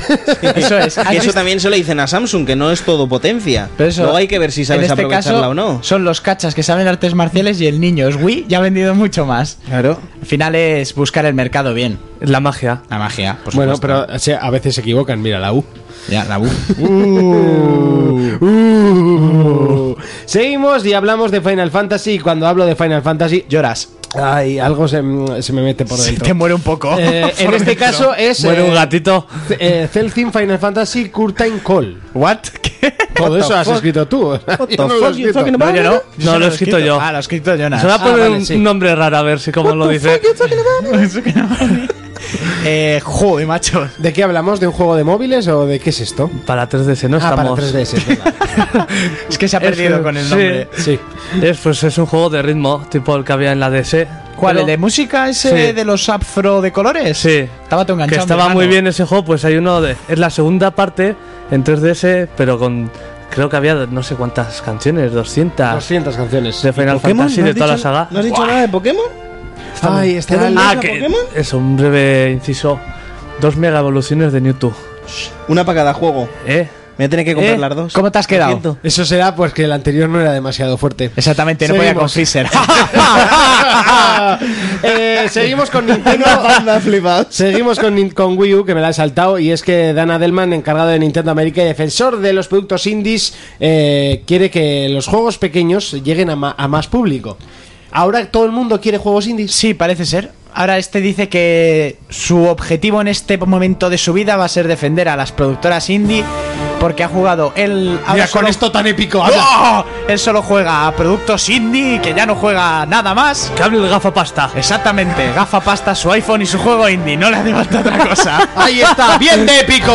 Speaker 5: <laughs>
Speaker 7: Eso es. ¿Has
Speaker 5: Que eso
Speaker 7: visto?
Speaker 5: también se lo dicen a Samsung, que no es todo potencia.
Speaker 7: Pero eso-
Speaker 5: Luego hay que ver si sabes
Speaker 7: en este
Speaker 5: aprovecharla
Speaker 7: caso,
Speaker 5: o no.
Speaker 7: Son los cachas que saben artes marciales y el niño es Wii ya ha vendido mucho más.
Speaker 5: Claro.
Speaker 7: Al final es buscar el mercado bien.
Speaker 4: Es La magia.
Speaker 7: La magia, por
Speaker 2: Bueno,
Speaker 7: supuesto.
Speaker 2: pero o sea, a veces se equivocan, mira la U.
Speaker 7: Ya, la bu-
Speaker 2: Uh. Seguimos y hablamos de Final Fantasy. Y cuando hablo de Final Fantasy, yo-
Speaker 7: Lloras.
Speaker 2: ay, algo se, se me mete por
Speaker 7: Se
Speaker 2: dentro.
Speaker 7: te muere un poco.
Speaker 2: Eh, en
Speaker 7: <laughs> Por
Speaker 2: este
Speaker 7: dentro.
Speaker 2: caso es
Speaker 4: Muere
Speaker 2: eh,
Speaker 4: un gatito.
Speaker 2: C- eh, Cell Team Final Fantasy Curtain Call.
Speaker 7: ¿What? <laughs> ¿Qué?
Speaker 2: Todo eso has escrito tú. <laughs> Yo no lo he escrito.
Speaker 4: No, yo no.
Speaker 7: Yo
Speaker 4: No,
Speaker 7: se
Speaker 4: lo he escrito yo.
Speaker 7: Ah, lo he escrito Jonas.
Speaker 4: Se va a
Speaker 7: Ah,
Speaker 4: poner
Speaker 2: vale,
Speaker 4: un
Speaker 2: sí.
Speaker 4: nombre raro a ver si cómo lo dice.
Speaker 7: Eso que no vale. <laughs> eh, joder, macho.
Speaker 2: ¿De qué hablamos? ¿De un juego de móviles o de qué es esto?
Speaker 4: Para 3DS no
Speaker 2: Ah, para
Speaker 4: estamos.
Speaker 2: 3DS. es verdad.
Speaker 7: Es que se ha
Speaker 4: Es
Speaker 7: perdido
Speaker 4: que-
Speaker 7: con el
Speaker 4: sí.
Speaker 7: nombre.
Speaker 2: Sí.
Speaker 4: Es, pues es un juego de ritmo, tipo el que había en la DS.
Speaker 7: ¿Cuál?
Speaker 4: Pero-
Speaker 7: ¿El de música ese
Speaker 4: Sí.
Speaker 7: de los afro de colores?
Speaker 4: Sí.
Speaker 7: Estaba todo
Speaker 4: Que
Speaker 7: enganchado.
Speaker 4: estaba
Speaker 7: hermano.
Speaker 4: muy bien ese juego, pues hay uno de... Es la segunda parte en 3DS, pero con... Creo que había no sé cuántas canciones, 200
Speaker 2: 200 canciones.
Speaker 4: Ah. de Final Fantasy,
Speaker 5: ¿No
Speaker 4: de
Speaker 5: has
Speaker 4: toda la
Speaker 5: dicho-
Speaker 4: saga.
Speaker 5: ¿No has dicho
Speaker 4: Buah.
Speaker 5: nada de Pokémon?
Speaker 2: Ay, estará el-
Speaker 4: Ah, que... Eso, un breve inciso. Dos mega evoluciones de Mewtwo.
Speaker 5: Una para cada juego.
Speaker 4: ¿Eh?
Speaker 5: Me voy a tener que comprar
Speaker 4: Eh,
Speaker 5: las dos.
Speaker 7: ¿Cómo te has
Speaker 5: Lo
Speaker 7: quedado?
Speaker 5: siento.
Speaker 2: Eso será pues que el anterior no era demasiado fuerte.
Speaker 7: Exactamente, no podía
Speaker 2: Seguimos.
Speaker 7: con
Speaker 4: <laughs>
Speaker 7: Freezer.
Speaker 2: <laughs> Eh, seguimos con Nintendo.
Speaker 5: <laughs>
Speaker 2: Seguimos con, Nin- con Wii U, que me la he saltado. Y es que Dan Adelman, encargado de Nintendo América y defensor de los productos indies, eh, quiere que los juegos pequeños lleguen a, ma- a más público. Ahora todo el mundo quiere juegos indies.
Speaker 7: sí, parece ser. Ahora este dice que su objetivo en este momento de su vida va a ser defender a las productoras indie porque ha jugado él... ahora solo-
Speaker 2: tan épico
Speaker 7: <laughs> ¡Oh! Él solo juega a productos indie que ya no juega a nada más.
Speaker 4: Que hable el gafa pasta.
Speaker 7: Eh, Exactamente, gafa pasta, su iPhone y su juego indie, no le hace falta otra cosa.
Speaker 4: <laughs>
Speaker 2: Ahí está, bien de épico.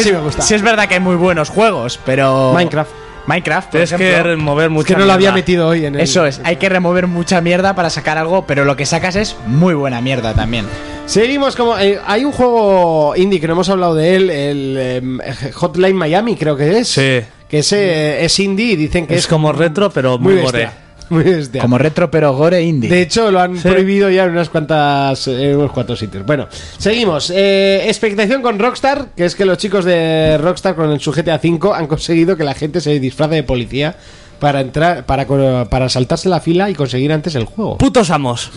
Speaker 2: Así
Speaker 7: es-
Speaker 2: Ah, me gusta.
Speaker 7: sí es verdad que hay muy buenos juegos, pero...
Speaker 2: Minecraft.
Speaker 7: Minecraft, por
Speaker 4: Tienes que
Speaker 7: ejemplo.
Speaker 4: remover mucho.
Speaker 2: Es que no lo había metido hoy en el.
Speaker 7: Eso es, hay que remover mucha mierda para sacar algo, pero lo que sacas es muy buena mierda también.
Speaker 2: Seguimos como... eh, hay un juego indie que no hemos hablado de él, el em, Hotline Miami creo que es.
Speaker 4: Sí.
Speaker 2: Que ese eh, es indie y dicen que es,
Speaker 4: Es como retro, pero
Speaker 2: muy
Speaker 4: muy gore.
Speaker 2: bestia. Muy bestia.
Speaker 7: Como retro pero gore indie.
Speaker 2: De hecho, lo han
Speaker 4: Sí.
Speaker 2: prohibido ya en unas cuantas
Speaker 6: eh,
Speaker 2: en unos cuantos sitios. Bueno, seguimos. Eh, expectación con Rockstar, que es que los chicos de Rockstar con el su GTA 5 han conseguido que la gente se disfrace de policía
Speaker 6: para entrar para, co- para saltarse la fila y conseguir antes el juego.
Speaker 4: Putos amos.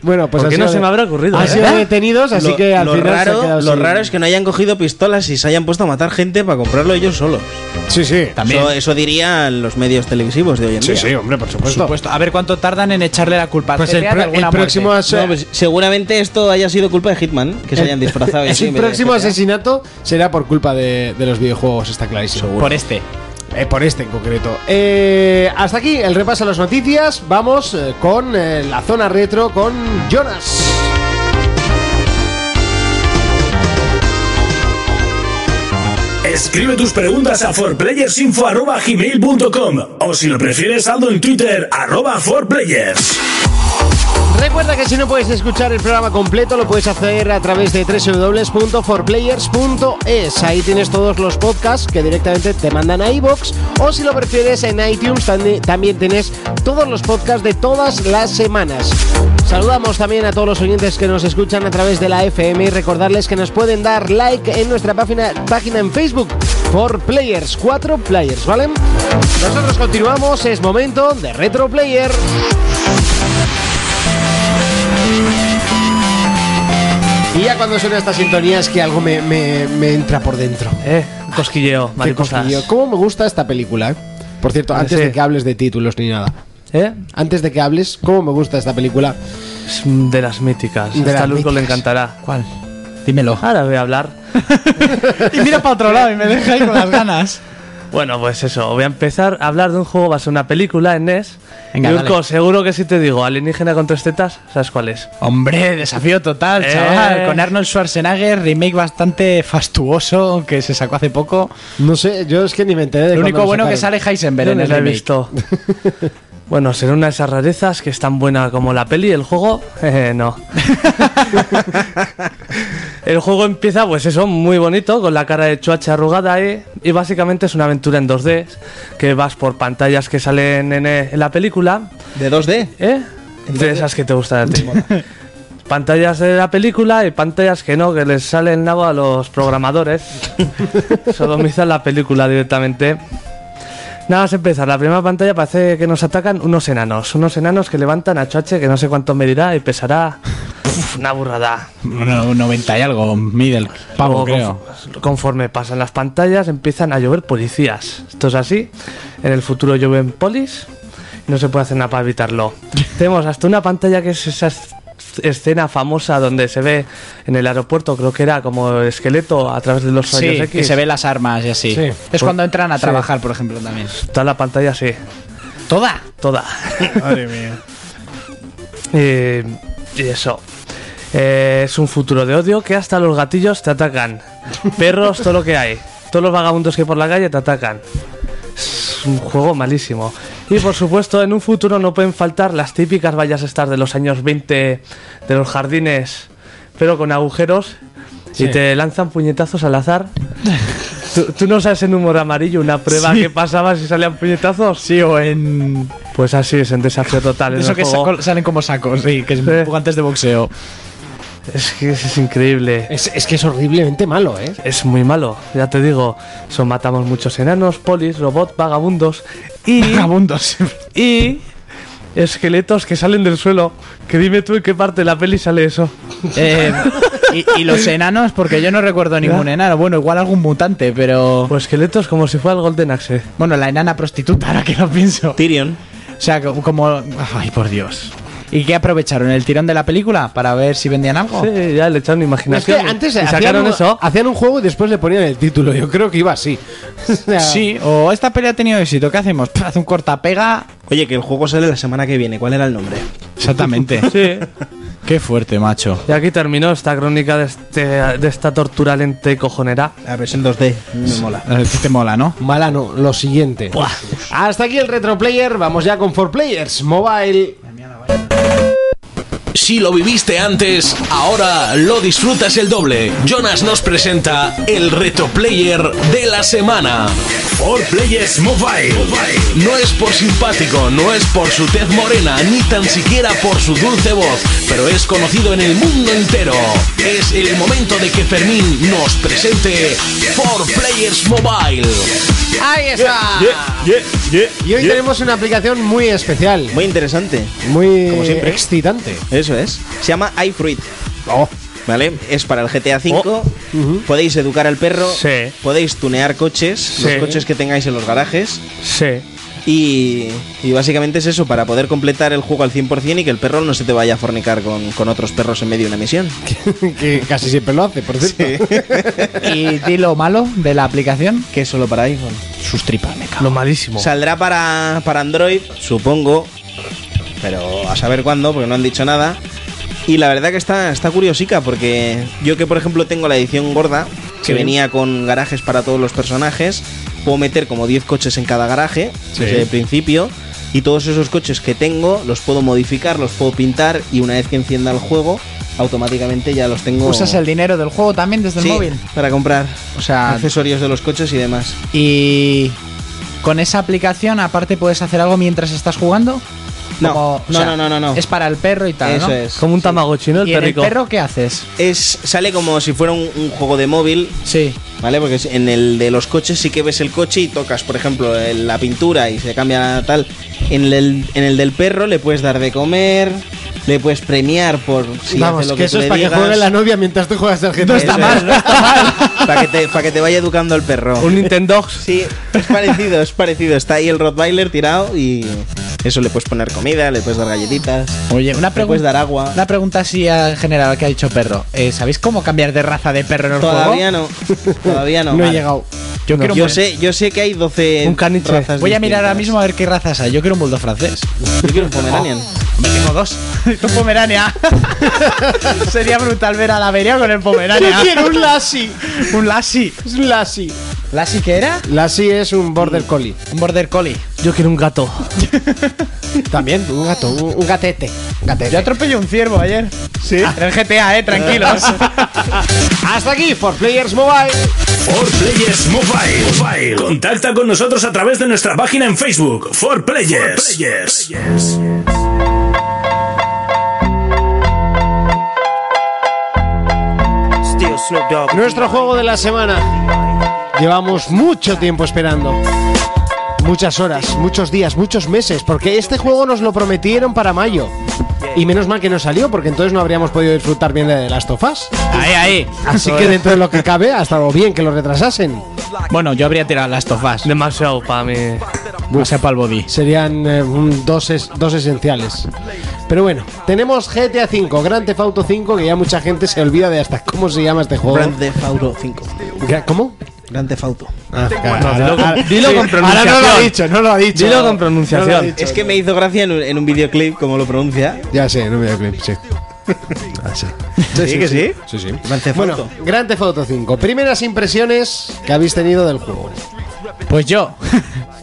Speaker 6: Bueno, pues
Speaker 4: ¿Por qué
Speaker 6: han
Speaker 4: no
Speaker 6: sido
Speaker 4: se me habrá ocurrido,
Speaker 6: Han
Speaker 4: eh?
Speaker 6: sido detenidos, así
Speaker 5: lo,
Speaker 6: que al
Speaker 5: lo
Speaker 6: final se ha
Speaker 5: raro,
Speaker 6: quedado
Speaker 5: lo
Speaker 6: sin-
Speaker 5: raro es que no hayan cogido pistolas y se hayan puesto a matar gente para comprarlo ellos solos.
Speaker 6: Sí, sí.
Speaker 7: También.
Speaker 5: Eso, eso dirían los medios televisivos de hoy en
Speaker 6: Sí,
Speaker 5: día.
Speaker 6: sí, hombre, por
Speaker 7: Por
Speaker 6: supuesto.
Speaker 7: supuesto. A ver cuánto tardan en echarle la culpa al
Speaker 6: Pues el,
Speaker 7: CTA Pues de
Speaker 6: pro- el
Speaker 7: alguna
Speaker 6: próximo,
Speaker 7: muerte.
Speaker 6: ase-
Speaker 5: No, pues seguramente esto haya sido culpa de Hitman, que se hayan <laughs> disfrazado. y
Speaker 6: <laughs>
Speaker 5: así,
Speaker 6: el
Speaker 5: en vez de
Speaker 6: próximo
Speaker 5: GTA.
Speaker 6: asesinato será por culpa de, de los videojuegos, está clarísimo.
Speaker 7: Por este.
Speaker 6: Eh, por este en concreto. Eh, hasta aquí el repaso a las noticias. Vamos eh, con eh, la zona retro con Jonas.
Speaker 1: Escribe tus preguntas a forplayersinfo@gmail.com o si lo prefieres saldo en Twitter arroba forplayers.
Speaker 2: Recuerda que si no puedes escuchar el programa completo, lo puedes hacer a través de www.forplayers.es. Ahí tienes todos los podcasts que directamente te mandan a iBox. O si lo prefieres, en iTunes tam- también tienes todos los podcasts de todas las semanas. Saludamos también a todos los oyentes que nos escuchan a través de la FM y recordarles que nos pueden dar like en nuestra página, página en Facebook por Players, 4 Players, ¿vale? Nosotros continuamos, es momento de Retro Player.
Speaker 6: Y ya cuando suena esta sintonía es que algo me, me- me entra por dentro.
Speaker 4: Eh, cosquilleo,
Speaker 6: Qué
Speaker 4: mariposas.
Speaker 6: cosquillo. ¿Cómo me gusta esta película? eh? Por cierto,
Speaker 4: Ah,
Speaker 6: antes
Speaker 4: sí.
Speaker 6: de que hables de títulos ni nada.
Speaker 4: ¿Eh?
Speaker 6: Antes de que hables, ¿cómo me gusta esta película?
Speaker 4: Es De las míticas.
Speaker 6: De
Speaker 4: Esta
Speaker 6: las
Speaker 4: a Lurgo le
Speaker 6: míticas.
Speaker 4: encantará.
Speaker 7: ¿Cuál? Dímelo.
Speaker 4: Ahora voy a hablar.
Speaker 7: y mira para otro lado y me deja ahí con las ganas.
Speaker 4: Bueno, pues eso, voy a empezar a hablar de un juego basado en una película en E NES.
Speaker 7: Venga,
Speaker 4: Yurko,
Speaker 7: dale.
Speaker 4: seguro que si te digo alienígena con tres tetas, ¿sabes cuál es?
Speaker 7: <laughs> Hombre, desafío total,
Speaker 4: Eh.
Speaker 7: chaval. Con Arnold Schwarzenegger, remake bastante fastuoso que se sacó hace poco.
Speaker 6: No sé, yo es que ni me enteré de
Speaker 7: Lo
Speaker 6: cuándo
Speaker 7: único
Speaker 6: lo
Speaker 7: bueno que
Speaker 6: sacaron.
Speaker 7: sale Heisenberg
Speaker 4: Yo
Speaker 7: en
Speaker 4: no
Speaker 7: el
Speaker 4: la he
Speaker 7: remake.
Speaker 4: visto. <laughs> bueno, será una de esas rarezas que es tan buena como la peli, el juego. <laughs> Eh, no. el juego empieza, pues eso, muy bonito, con la cara de Chuache arrugada ahí. Y básicamente es una aventura en 2D, que vas por pantallas que salen en, eh, en la película.
Speaker 5: ¿De 2D?
Speaker 4: ¿Eh? De esas que te gustan a ti. Pantallas de la película y pantallas que no, que les sale el nabo a los programadores. Sodomizan la película directamente. Nada más empezar, la primera pantalla parece que nos atacan unos enanos. Unos enanos que levantan a Choache que no sé cuánto medirá y
Speaker 7: <laughs>
Speaker 4: pesará. Uf, una burrada.
Speaker 7: No, 90 y algo, middle,
Speaker 4: Luego,
Speaker 7: pavo, creo.
Speaker 4: confo- Conforme pasan las pantallas, empiezan a llover policías. Esto es así. En el futuro lloven polis. y No se puede hacer nada para evitarlo.
Speaker 7: <laughs>
Speaker 4: Tenemos hasta una pantalla que es esa es- escena famosa donde se ve en el aeropuerto, creo que era como esqueleto a través de los rayos
Speaker 7: Sí,
Speaker 4: X.
Speaker 7: que se ven las armas y así.
Speaker 4: Sí.
Speaker 7: Es
Speaker 4: Por-
Speaker 7: cuando entran a
Speaker 4: sí.
Speaker 7: trabajar, por ejemplo, también.
Speaker 4: Está la pantalla así,
Speaker 7: ¿Toda?
Speaker 4: toda.
Speaker 7: Madre mía.
Speaker 4: <laughs> Eh, y eso. Eh, es un futuro de odio que hasta los gatillos te atacan. Perros, todo lo que hay. Todos los vagabundos que hay por la calle te atacan. Es un juego malísimo. Y por supuesto, en un futuro no pueden faltar las típicas vallas estas de los años 20 de los jardines, pero con agujeros. Y te lanzan puñetazos al azar. ¿Tú, tú no sabes en humor amarillo una prueba
Speaker 7: Sí.
Speaker 4: que pasaba si salían puñetazos?
Speaker 7: Sí, o en.
Speaker 4: Pues así es, en desafío total. en
Speaker 7: Eso
Speaker 4: el
Speaker 7: que
Speaker 4: juego.
Speaker 7: saco- salen como sacos, sí, que es
Speaker 4: Sí.
Speaker 7: guantes de boxeo.
Speaker 4: Es que es increíble.
Speaker 6: Es, es que es horriblemente malo, ¿eh?
Speaker 4: Es muy malo, ya te digo. Son matamos muchos enanos, polis, robots, vagabundos y,
Speaker 7: Vagabundos.
Speaker 4: y esqueletos que salen del suelo. Que dime tú en qué parte de la peli sale eso.
Speaker 7: Eh, y, y los enanos, porque yo no recuerdo ningún enano. Bueno, igual algún mutante, pero.
Speaker 4: O esqueletos como si fuera el Golden Axe.
Speaker 7: Bueno, la enana prostituta, ahora que lo pienso.
Speaker 5: Tyrion.
Speaker 7: O sea, co- como. Ay, por Dios. ¿Y qué aprovecharon? ¿El tirón de la película? ¿Para ver si vendían algo?
Speaker 4: Sí, ya le echaron
Speaker 6: Es que
Speaker 4: imaginación.
Speaker 6: antes
Speaker 4: y
Speaker 6: hacían
Speaker 4: sacaron
Speaker 6: un-
Speaker 4: eso.
Speaker 6: hacían un juego y después le ponían el título. Yo creo que iba así. <laughs> O sea,
Speaker 7: Sí, o esta pelea ha tenido éxito. ¿Qué hacemos? <laughs> Pff, Hace un cortapega.
Speaker 5: Oye, que el juego sale la semana que viene. ¿Cuál era el nombre?
Speaker 7: <laughs> Exactamente.
Speaker 4: Sí.
Speaker 7: Qué fuerte, macho.
Speaker 4: Y aquí terminó esta crónica de, este, de esta tortura lenta y cojonera.
Speaker 5: La versión 2D. Me mola.
Speaker 7: A ti Eh, te mola, ¿no?
Speaker 6: Mala no, lo siguiente. Hasta aquí el Retro Player, vamos ya con 4Players Mobile.
Speaker 9: Si lo viviste antes, ahora lo disfrutas el doble. Jonas nos presenta el reto player de la semana.
Speaker 1: For Players Mobile.
Speaker 9: No es por simpático, no es por su tez morena, ni tan siquiera por su dulce voz, pero es conocido en el mundo entero. Es el momento de que Fermín nos presente For Players Mobile.
Speaker 10: Ahí está.
Speaker 2: Y hoy tenemos una aplicación muy especial.
Speaker 5: Muy interesante.
Speaker 2: Muy
Speaker 5: Como siempre.
Speaker 2: excitante.
Speaker 5: Eso es. Se llama iFruit. Oh. ¿Vale? Es para el GTA V. Oh. Podéis educar al perro.
Speaker 4: Sí.
Speaker 5: Podéis tunear coches. Los
Speaker 4: Sí.
Speaker 5: coches que tengáis en los garajes.
Speaker 4: Sí.
Speaker 5: Y, y básicamente es eso, para poder completar el juego al 100% y que el perro no se te vaya a fornicar con, con otros perros en medio de una misión.
Speaker 2: <laughs> que casi siempre lo hace, por cierto.
Speaker 7: Y di lo malo de la aplicación.
Speaker 5: Que es solo para iPhone.
Speaker 7: Sus tripas, me cago.
Speaker 4: Lo malísimo.
Speaker 5: Saldrá para, para Android, supongo. Pero a saber cuándo, porque no han dicho nada. Y la verdad que está, está curiosica, porque yo que por ejemplo tengo la edición gorda, que venía con garajes para todos los personajes, puedo meter como 10 coches en cada garaje, desde el principio. Y todos esos coches que tengo los puedo modificar, los puedo pintar y una vez que encienda el juego, automáticamente ya los tengo...
Speaker 7: Usas el dinero del juego también desde
Speaker 5: Sí,
Speaker 7: el móvil.
Speaker 5: para comprar
Speaker 7: O sea,
Speaker 5: accesorios de los coches y demás.
Speaker 7: y con esa aplicación aparte puedes hacer algo mientras estás jugando.
Speaker 5: No,
Speaker 7: Como-
Speaker 5: no, no, no, no, no.
Speaker 7: Es para el perro y tal.
Speaker 5: Eso
Speaker 7: ¿no?
Speaker 5: es.
Speaker 4: Como un tamagotchi, ¿no? El
Speaker 7: ¿Y en el
Speaker 4: perrico.
Speaker 7: perro qué haces?
Speaker 5: es sale como si fuera un, un juego de móvil
Speaker 7: Sí.
Speaker 5: vale porque es- en el de los coches sí que ves el coche y tocas por ejemplo el- la pintura y se cambia tal en el, en el del perro le puedes dar de comer le puedes premiar por si hace
Speaker 2: Vamos,
Speaker 5: lo
Speaker 2: que,
Speaker 5: que,
Speaker 2: eso
Speaker 5: tú
Speaker 2: es
Speaker 5: le
Speaker 2: para que
Speaker 5: digas.
Speaker 2: juegue la novia mientras tú juegas al GTA.
Speaker 5: Eso es.
Speaker 2: <laughs>
Speaker 5: <laughs> para que te para que te vaya educando el perro
Speaker 4: Un Nintendo.
Speaker 5: sí es parecido es parecido está ahí el Rottweiler tirado y eso le puedes poner comida le puedes dar galletitas
Speaker 7: Oye, una
Speaker 5: le puedes
Speaker 7: pregunta.
Speaker 5: dar agua
Speaker 7: Una pregunta así ah, en general que ha dicho perro. Eh, ¿Sabéis cómo cambiar de raza de perro en el
Speaker 5: todavía
Speaker 7: juego?
Speaker 5: no todavía no
Speaker 2: <laughs> No he
Speaker 5: Vale.
Speaker 2: llegado.
Speaker 7: Yo quiero un
Speaker 5: Yo
Speaker 7: buen-
Speaker 5: sé, yo sé que hay 12
Speaker 4: Un caniche.
Speaker 5: razas
Speaker 7: Voy a mirar ahora
Speaker 5: distintas.
Speaker 7: mismo a ver qué razas hay. Yo quiero un bulldog francés.
Speaker 5: Yo quiero un Pomeranian.
Speaker 7: Me tengo <laughs> dos. Un pomerania. <laughs> Sería brutal ver a la Beria con el pomerania.
Speaker 2: Quiero un Lassie.
Speaker 7: un Lassie.
Speaker 2: Es un Lassie.
Speaker 7: ¿Lassie qué era?
Speaker 2: Lassie es un border collie.
Speaker 7: Un border collie.
Speaker 4: Yo quiero un gato.
Speaker 2: También, un gato, un, un gatete. Gatete.
Speaker 7: Yo atropellé un ciervo ayer. Sí. En el GTA, eh, tranquilos.
Speaker 2: Hasta aquí, For Players Mobile.
Speaker 1: For Players Mobile. Mobile. Contacta con nosotros a través de nuestra página en Facebook. For Players. Players.
Speaker 2: Nuestro juego de la semana. Llevamos mucho tiempo esperando. Muchas horas, muchos días, muchos meses, porque este juego nos lo prometieron para mayo. Y menos mal que no salió, porque entonces no habríamos podido disfrutar bien de The Last of Us.
Speaker 7: <laughs> ahí, ahí.
Speaker 2: Así que dentro de lo que cabe, ha estado bien que lo retrasasen.
Speaker 7: Bueno, yo habría tirado las tofas.
Speaker 4: Demasiado para mí.
Speaker 7: No sea el body.
Speaker 2: Serían eh, un- dos, es- dos esenciales. Pero bueno, tenemos GTA V, Grand Theft Auto 5, que ya mucha gente se olvida de hasta cómo se llama
Speaker 7: Oh.
Speaker 2: este juego.
Speaker 5: Grand Theft Ah, Auto 5.
Speaker 2: Gra- ¿Cómo?
Speaker 5: Grand Theft Auto.
Speaker 4: Dilo con, dilo con
Speaker 2: Ahora no lo ha
Speaker 4: pronunciación.
Speaker 2: dicho, no lo ha dicho.
Speaker 4: Dilo con pronunciación.
Speaker 2: No lo ha dicho.
Speaker 5: Es que me hizo gracia en un, en un videoclip como lo
Speaker 7: <laughs>
Speaker 5: pronuncia.
Speaker 2: Ya sé, no me da
Speaker 5: <laughs>
Speaker 2: clip, sí. Ah,
Speaker 5: Sí, que sí. Sí, sí. Grand Theft
Speaker 2: Bueno,
Speaker 5: Auto.
Speaker 2: Grand Theft Auto 5. Primeras impresiones que habéis tenido del juego.
Speaker 7: Pues yo.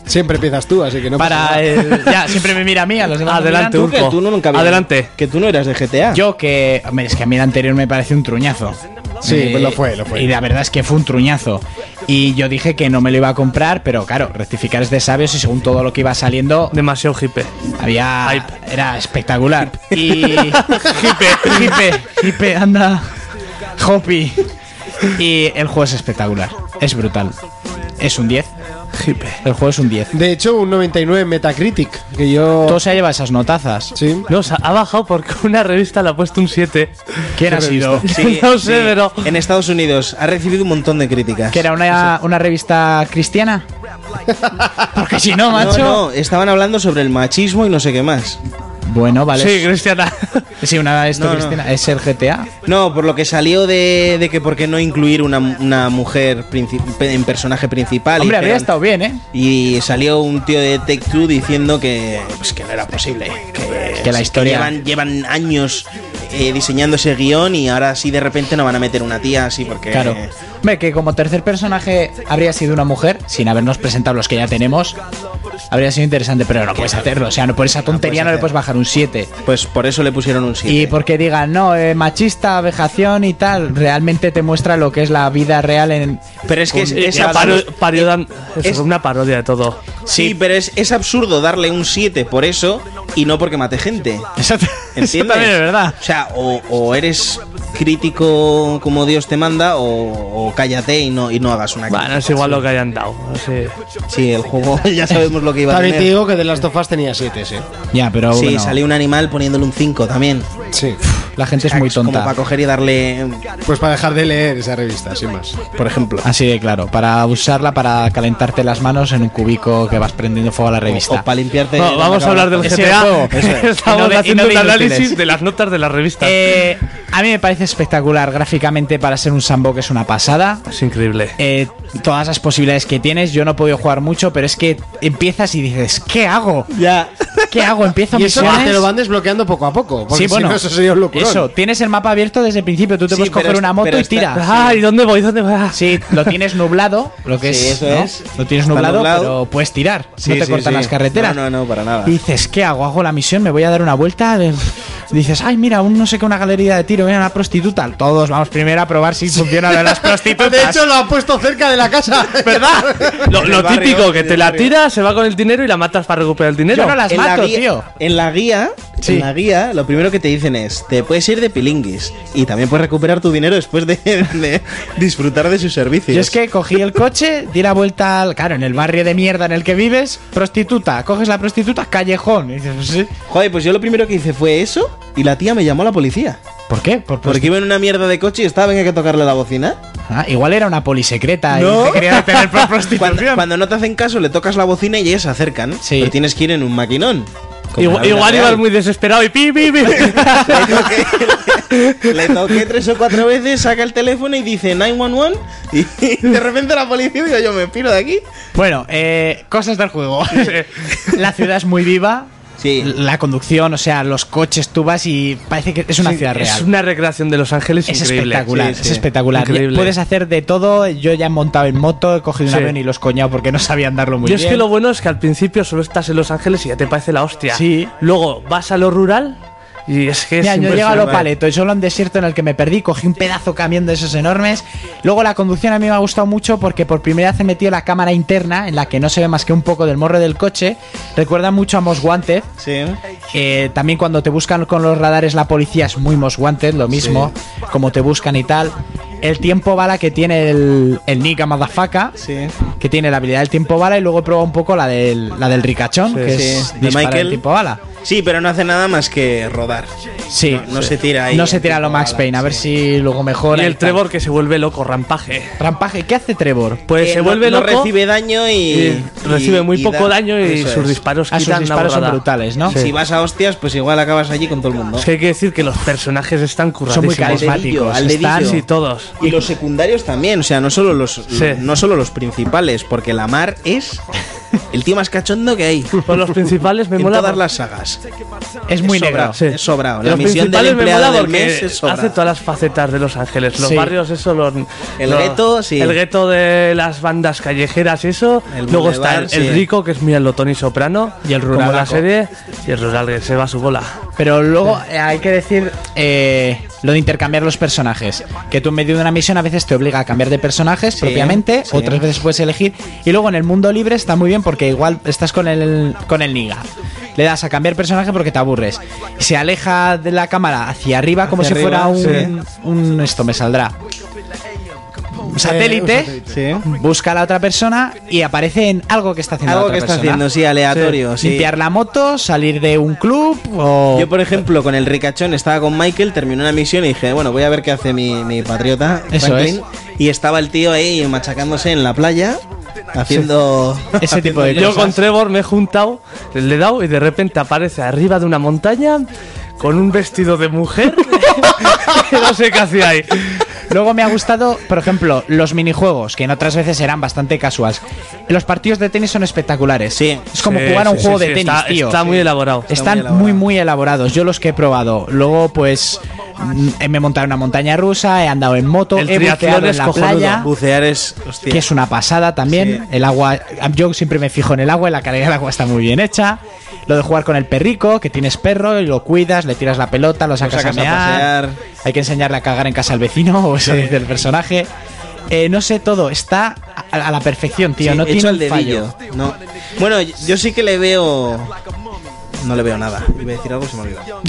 Speaker 2: Siempre empiezas tú, así que no pasa
Speaker 7: Para
Speaker 2: nada.
Speaker 7: el. Ya, siempre me mira a mí, a los demás. me
Speaker 4: Adelante,
Speaker 7: miran.
Speaker 5: Tú que
Speaker 4: Urco.
Speaker 5: tú no nunca habías-
Speaker 4: Adelante.
Speaker 5: Que tú no eras de GTA.
Speaker 7: Yo que. Hombre, es que a mí el anterior me parece un truñazo. Eh,
Speaker 2: Sí, pues lo fue, lo fue.
Speaker 7: Y la verdad es que fue un truñazo. Y yo dije que no me lo iba a comprar, pero claro, rectificar es de sabios y según todo lo que iba saliendo,
Speaker 4: Demasiado hippie.
Speaker 7: había. Era espectacular. Y. Hipe, hipe, hipe, anda. Hopi. Y el juego es espectacular. Es brutal. Es un 10. Hipe. El juego es un 10.
Speaker 2: De hecho, un 99 en Metacritic, que yo...
Speaker 7: Todo se lleva esas notazas.
Speaker 2: Sí.
Speaker 4: No, o sea, ha bajado porque <laughs> una revista le ha puesto un 7.
Speaker 7: ¿Quién ha sido?
Speaker 4: <laughs>
Speaker 5: Sí,
Speaker 4: no sé,
Speaker 5: sí.
Speaker 4: pero.
Speaker 5: En Estados Unidos ha recibido un montón de críticas.
Speaker 7: ¿Que era una, una revista cristiana? Porque si
Speaker 5: No,
Speaker 7: no, macho.
Speaker 5: no, estaban hablando sobre el machismo y no sé qué más.
Speaker 7: Bueno, vale.
Speaker 4: Sí, Cristiana.
Speaker 7: Sí, una esto,
Speaker 5: No, no.
Speaker 7: Cristina, es el GTA.
Speaker 5: No, por lo que salió de, de que por qué no incluir una, una mujer princi- en personaje principal.
Speaker 7: Hombre, habría
Speaker 5: dijeron-
Speaker 7: estado bien, ¿eh?
Speaker 5: Y salió un tío de Tech Two diciendo que, pues, que no era posible. Que,
Speaker 7: Que la historia-
Speaker 5: llevan, llevan años eh, diseñando ese guión y ahora sí de repente no van a meter una tía así porque...
Speaker 7: Claro. Hombre, que como tercer personaje habría sido una mujer, sin habernos presentado los que ya tenemos, habría sido interesante, pero no puedes hacerlo. O sea, no por esa tontería no,
Speaker 5: puedes
Speaker 7: le puedes bajar un 7.
Speaker 5: Pues por eso le pusieron un
Speaker 7: Y
Speaker 5: 7.
Speaker 7: porque digan, no, eh, machista, vejación y tal, realmente te muestra lo que es la vida real en...
Speaker 5: Pero es que
Speaker 4: <laughs>
Speaker 5: es, es
Speaker 4: Esa
Speaker 5: absurdo- es-
Speaker 4: una parodia de todo.
Speaker 5: Sí, pero es, es absurdo darle un 7 por eso y no porque mate gente.
Speaker 7: Exacto.
Speaker 5: ¿Entiendes?
Speaker 7: también es verdad.
Speaker 5: O sea, o, o eres crítico como Dios te manda o, o cállate y no, y no hagas una
Speaker 4: Bueno,
Speaker 5: crítica.
Speaker 4: es igual lo que hayan dado. no sé.
Speaker 5: Sí, el juego <laughs> ya sabemos lo que iba a
Speaker 6: También te
Speaker 5: tener.
Speaker 6: digo que de las tofas tenía 7, sí.
Speaker 7: Ya,
Speaker 4: Oh,
Speaker 7: pero
Speaker 5: Sí,
Speaker 7: bueno,
Speaker 5: salió un animal poniéndole un 5 también.
Speaker 6: Sí.
Speaker 7: la gente es muy
Speaker 5: Como para
Speaker 7: tonta.
Speaker 5: coger y darle, mm,
Speaker 6: Pues para dejar de leer esa revista, sin más.
Speaker 5: por ejemplo.
Speaker 7: Así de claro, para usarla para calentarte las manos en un cubico que vas prendiendo fuego a la
Speaker 5: O,
Speaker 7: revista.
Speaker 5: para limpiarte.
Speaker 4: No, vamos a hablar del
Speaker 7: Ese
Speaker 4: GTA.
Speaker 7: juego.
Speaker 4: <laughs> Estamos
Speaker 7: Y no de- y
Speaker 4: haciendo
Speaker 7: no de
Speaker 4: un análisis
Speaker 7: inútiles.
Speaker 4: de las notas de la revista.
Speaker 7: Eh, a mí me parece espectacular gráficamente para ser un sandbox es una pasada.
Speaker 4: es increíble.
Speaker 7: Eh, todas las posibilidades que tienes, yo no he podido jugar mucho, pero es que empiezas y dices, ¿qué hago?
Speaker 5: Ya.
Speaker 7: ¿Qué hago? Empiezo
Speaker 6: Y eso
Speaker 7: misiones.
Speaker 6: te lo van desbloqueando poco a poco. Porque si no, eso sería un locurón.
Speaker 7: Eso, tienes el mapa abierto desde el principio, tú te
Speaker 5: Sí,
Speaker 7: puedes
Speaker 5: pero
Speaker 7: coger
Speaker 5: es-
Speaker 7: una moto
Speaker 5: pero
Speaker 7: y
Speaker 5: está-
Speaker 7: tira.
Speaker 4: Ay, ¿dónde voy? ¿Dónde voy? Ah,
Speaker 7: Sí, lo tienes nublado, lo que
Speaker 5: Sí,
Speaker 7: es,
Speaker 5: eso
Speaker 7: ¿no?
Speaker 5: es.
Speaker 7: Lo tienes
Speaker 5: Está
Speaker 7: nublado,
Speaker 5: nublado.
Speaker 7: pero puedes tirar.
Speaker 5: Sí,
Speaker 7: no te
Speaker 5: sí,
Speaker 7: cortan
Speaker 5: sí.
Speaker 7: las carreteras.
Speaker 5: No, no, no, para nada.
Speaker 7: Y dices, ¿qué hago? ¿Hago la misión? ¿Me voy a dar una vuelta? De- Dices, ay, mira, un no sé qué, una galería de tiro, mira, una prostituta. Todos vamos primero a probar si funciona lo de las prostitutas.
Speaker 6: De hecho, lo han puesto cerca de la casa. ¿Verdad?
Speaker 4: Lo,
Speaker 5: del
Speaker 4: lo
Speaker 5: barrio,
Speaker 4: típico, que
Speaker 5: del
Speaker 4: te la
Speaker 5: barrio.
Speaker 4: tiras, se va con el dinero y la matas para recuperar el dinero.
Speaker 7: Yo no las
Speaker 5: en la
Speaker 7: mato,
Speaker 5: guía-
Speaker 7: tío.
Speaker 5: En la guía, en la guía, lo primero que te dicen es, te puedes ir de pilinguis y también puedes recuperar tu dinero después de, <laughs> de disfrutar de sus servicios.
Speaker 7: Yo es que cogí el coche, di la vuelta al. Claro, en el barrio de mierda en el que vives, prostituta. Coges la prostituta, callejón. Y dices, "Sí".
Speaker 5: Joder, pues yo lo primero que hice fue eso y la tía me llamó a la policía.
Speaker 7: ¿Por qué? Por
Speaker 5: Porque iba en una mierda de coche y estaba, venga que tocarle la bocina.
Speaker 7: Ah, igual era una polisecreta
Speaker 5: No.
Speaker 4: <laughs>
Speaker 7: y te quería detener por prostitución.
Speaker 5: Cuando, cuando no te hacen caso, le tocas la bocina y ellos se acercan.
Speaker 7: Sí.
Speaker 5: Pero tienes que ir en un maquinón. Como en la
Speaker 4: Igual,
Speaker 5: vida
Speaker 4: igual
Speaker 5: real.
Speaker 4: ibas muy desesperado y pi, pi, pi.
Speaker 5: Le toqué, <laughs> le toqué tres o cuatro veces, saca el teléfono y dice 911. Y de repente la policía digo, yo me piro de aquí.
Speaker 7: Bueno, eh, cosas del juego. <laughs> la ciudad es muy viva.
Speaker 5: Sí.
Speaker 7: La conducción, o sea, los coches, tú vas y parece que <laughs> es una ciudad real.
Speaker 4: Es una recreación de Los Ángeles
Speaker 7: Es
Speaker 4: increíble.
Speaker 7: espectacular,
Speaker 5: Sí,
Speaker 7: es
Speaker 5: sí.
Speaker 7: espectacular.
Speaker 4: Increíble.
Speaker 7: Puedes hacer de todo. Yo ya he montado en moto, he cogido un
Speaker 4: Sí.
Speaker 7: avión y los coñado porque no sabían darlo muy
Speaker 4: Yo
Speaker 7: bien.
Speaker 4: es que lo bueno es que al principio solo estás en Los Ángeles y ya te parece la hostia.
Speaker 7: Sí.
Speaker 4: Luego vas a lo rural y es que
Speaker 7: Mira,
Speaker 4: es
Speaker 7: yo he llegado a lo
Speaker 4: impresionante.
Speaker 7: paleto y solo un desierto en el que me perdí, cogí un pedazo camión de esos enormes. Luego la conducción a mí me ha gustado mucho porque por primera vez he metido la cámara interna en la que no se ve más que un poco del morro del coche. Recuerda mucho a Most Wanted.
Speaker 5: Sí.
Speaker 7: Eh, también cuando te buscan con los radares la policía es muy Most Wanted, lo mismo, como te buscan y tal. El tiempo bala que tiene el, el Nika Madafaka,
Speaker 5: Sí.
Speaker 7: que tiene la habilidad del tiempo bala y luego he probado un poco la del, la del ricachón, que
Speaker 5: sí.
Speaker 7: es
Speaker 5: De
Speaker 7: disparar
Speaker 5: Michael.
Speaker 7: el tiempo bala.
Speaker 5: Sí, pero no hace nada más que rodar.
Speaker 7: Sí.
Speaker 5: No, no se tira ahí.
Speaker 7: No se tira lo Max
Speaker 5: Ala,
Speaker 7: Payne, a ver si luego
Speaker 4: Y
Speaker 7: mejora.
Speaker 4: el
Speaker 7: tal.
Speaker 4: Trevor que se vuelve loco, rampaje.
Speaker 7: Rampaje, ¿qué hace Trevor?
Speaker 4: Pues
Speaker 5: Eh,
Speaker 4: se
Speaker 5: no-
Speaker 4: vuelve
Speaker 5: no,
Speaker 4: loco.
Speaker 5: recibe daño y,
Speaker 4: y recibe muy poco daño y sus
Speaker 5: disparos
Speaker 4: disparos
Speaker 7: Ah, sus
Speaker 4: quitan una
Speaker 7: disparos son
Speaker 4: borrada.
Speaker 7: brutales, ¿no?
Speaker 5: Si vas a hostias, pues igual acabas allí con todo el mundo.
Speaker 4: Es que hay que decir que los personajes están
Speaker 7: Son muy
Speaker 4: curradísimos.
Speaker 7: carismáticos.
Speaker 5: al dedillo.
Speaker 7: están-
Speaker 5: caros.
Speaker 4: Sí, todos.
Speaker 5: Y los secundarios también, o sea, no solo los no solo los principales, porque la mar es el tío más cachondo que hay.
Speaker 4: Por Pues los principales me
Speaker 5: en
Speaker 4: mola.
Speaker 5: todas
Speaker 4: por-
Speaker 5: las sagas.
Speaker 7: es muy negro.
Speaker 5: sobrado,
Speaker 4: Sí.
Speaker 5: es sobrado. La
Speaker 4: los
Speaker 5: misión del
Speaker 4: principales me mola
Speaker 5: empleado del
Speaker 4: porque
Speaker 5: mes es sobrado.
Speaker 4: hace todas las facetas de Los Ángeles. Los
Speaker 7: Sí.
Speaker 4: barrios, eso. Los,
Speaker 5: El
Speaker 4: los-
Speaker 5: gueto, sí.
Speaker 4: El gueto de las bandas callejeras, eso.
Speaker 5: El
Speaker 4: Luego está el,
Speaker 5: boulevard,
Speaker 4: el
Speaker 5: sí.
Speaker 4: rico, que es muy alotón y soprano.
Speaker 7: Y el
Speaker 4: Como la
Speaker 7: ruralaco.
Speaker 4: serie. Y el rural que se va a su bola.
Speaker 7: Pero luego eh, hay que decir eh, lo de intercambiar los personajes. Que tú en medio de una misión a veces te obliga a cambiar de personajes propiamente,
Speaker 5: sí.
Speaker 7: otras veces puedes elegir. Y luego en el mundo libre está muy bien porque igual estás con el, con el Niga. Le das a cambiar personaje porque te aburres. Se aleja de la cámara hacia arriba como
Speaker 5: Hacia
Speaker 7: si
Speaker 5: arriba, Eh,
Speaker 7: fuera un, un- Esto me saldrá. Un satélite.
Speaker 5: Sí.
Speaker 7: Busca a la otra persona y aparece en algo que está haciendo
Speaker 5: Algo
Speaker 7: la
Speaker 5: que
Speaker 7: otra
Speaker 5: está
Speaker 7: persona.
Speaker 5: haciendo, sí, aleatorio. sí.
Speaker 7: Limpiar la moto, salir de un club o...
Speaker 5: Yo, por ejemplo, con el ricachón estaba con Michael, terminé una misión y dije, bueno, voy a ver qué hace mi, mi patriota,
Speaker 7: Eso
Speaker 5: Franklin. Y estaba el tío ahí machacándose en la playa, haciendo... <laughs>
Speaker 7: Ese tipo de
Speaker 4: Yo
Speaker 7: cosas.
Speaker 4: con Trevor me he juntado, le he dado y de repente aparece arriba de una
Speaker 7: <laughs>
Speaker 4: montaña con un vestido de mujer. que no sé qué hacía ahí.
Speaker 7: Luego me ha gustado, por ejemplo, los minijuegos, que en otras veces eran bastante casuales. Los partidos de tenis son espectaculares.
Speaker 5: Sí.
Speaker 7: Es como
Speaker 4: Sí,
Speaker 7: jugar a un
Speaker 4: sí, Eh,
Speaker 7: juego
Speaker 4: sí,
Speaker 7: de
Speaker 4: sí,
Speaker 7: tenis,
Speaker 4: está-
Speaker 7: tío.
Speaker 4: está muy elaborado.
Speaker 7: Están
Speaker 5: Está muy
Speaker 7: muy,
Speaker 5: elaborado.
Speaker 7: muy, elaborados. Yo los que he probado. Luego, pues, mm, me he montado en una montaña rusa, he andado en moto,
Speaker 4: El
Speaker 7: he buceado
Speaker 4: triatlón
Speaker 7: en
Speaker 4: es
Speaker 7: la
Speaker 4: cojonudo.
Speaker 7: playa.
Speaker 5: Bucear es. Hostia.
Speaker 7: Que es una pasada también.
Speaker 5: Sí.
Speaker 7: El agua. Yo siempre me fijo en el agua y la calidad del agua está muy bien hecha. Lo de jugar con el perrico, que tienes perro y lo cuidas, le tiras la pelota, lo sacas,
Speaker 5: sacas a
Speaker 7: a mear.
Speaker 5: pasear.
Speaker 7: Hay que enseñarle a cagar en casa al vecino, <laughs> o eso dice el personaje. Eh, no sé todo, está a, a la perfección, tío.
Speaker 5: Sí,
Speaker 7: no
Speaker 5: hecho
Speaker 7: tiene
Speaker 5: al
Speaker 7: un fallo.
Speaker 5: dedillo. No. Bueno, yo sí que le veo. No le veo nada. Iba a decir algo, se me ha olvidado.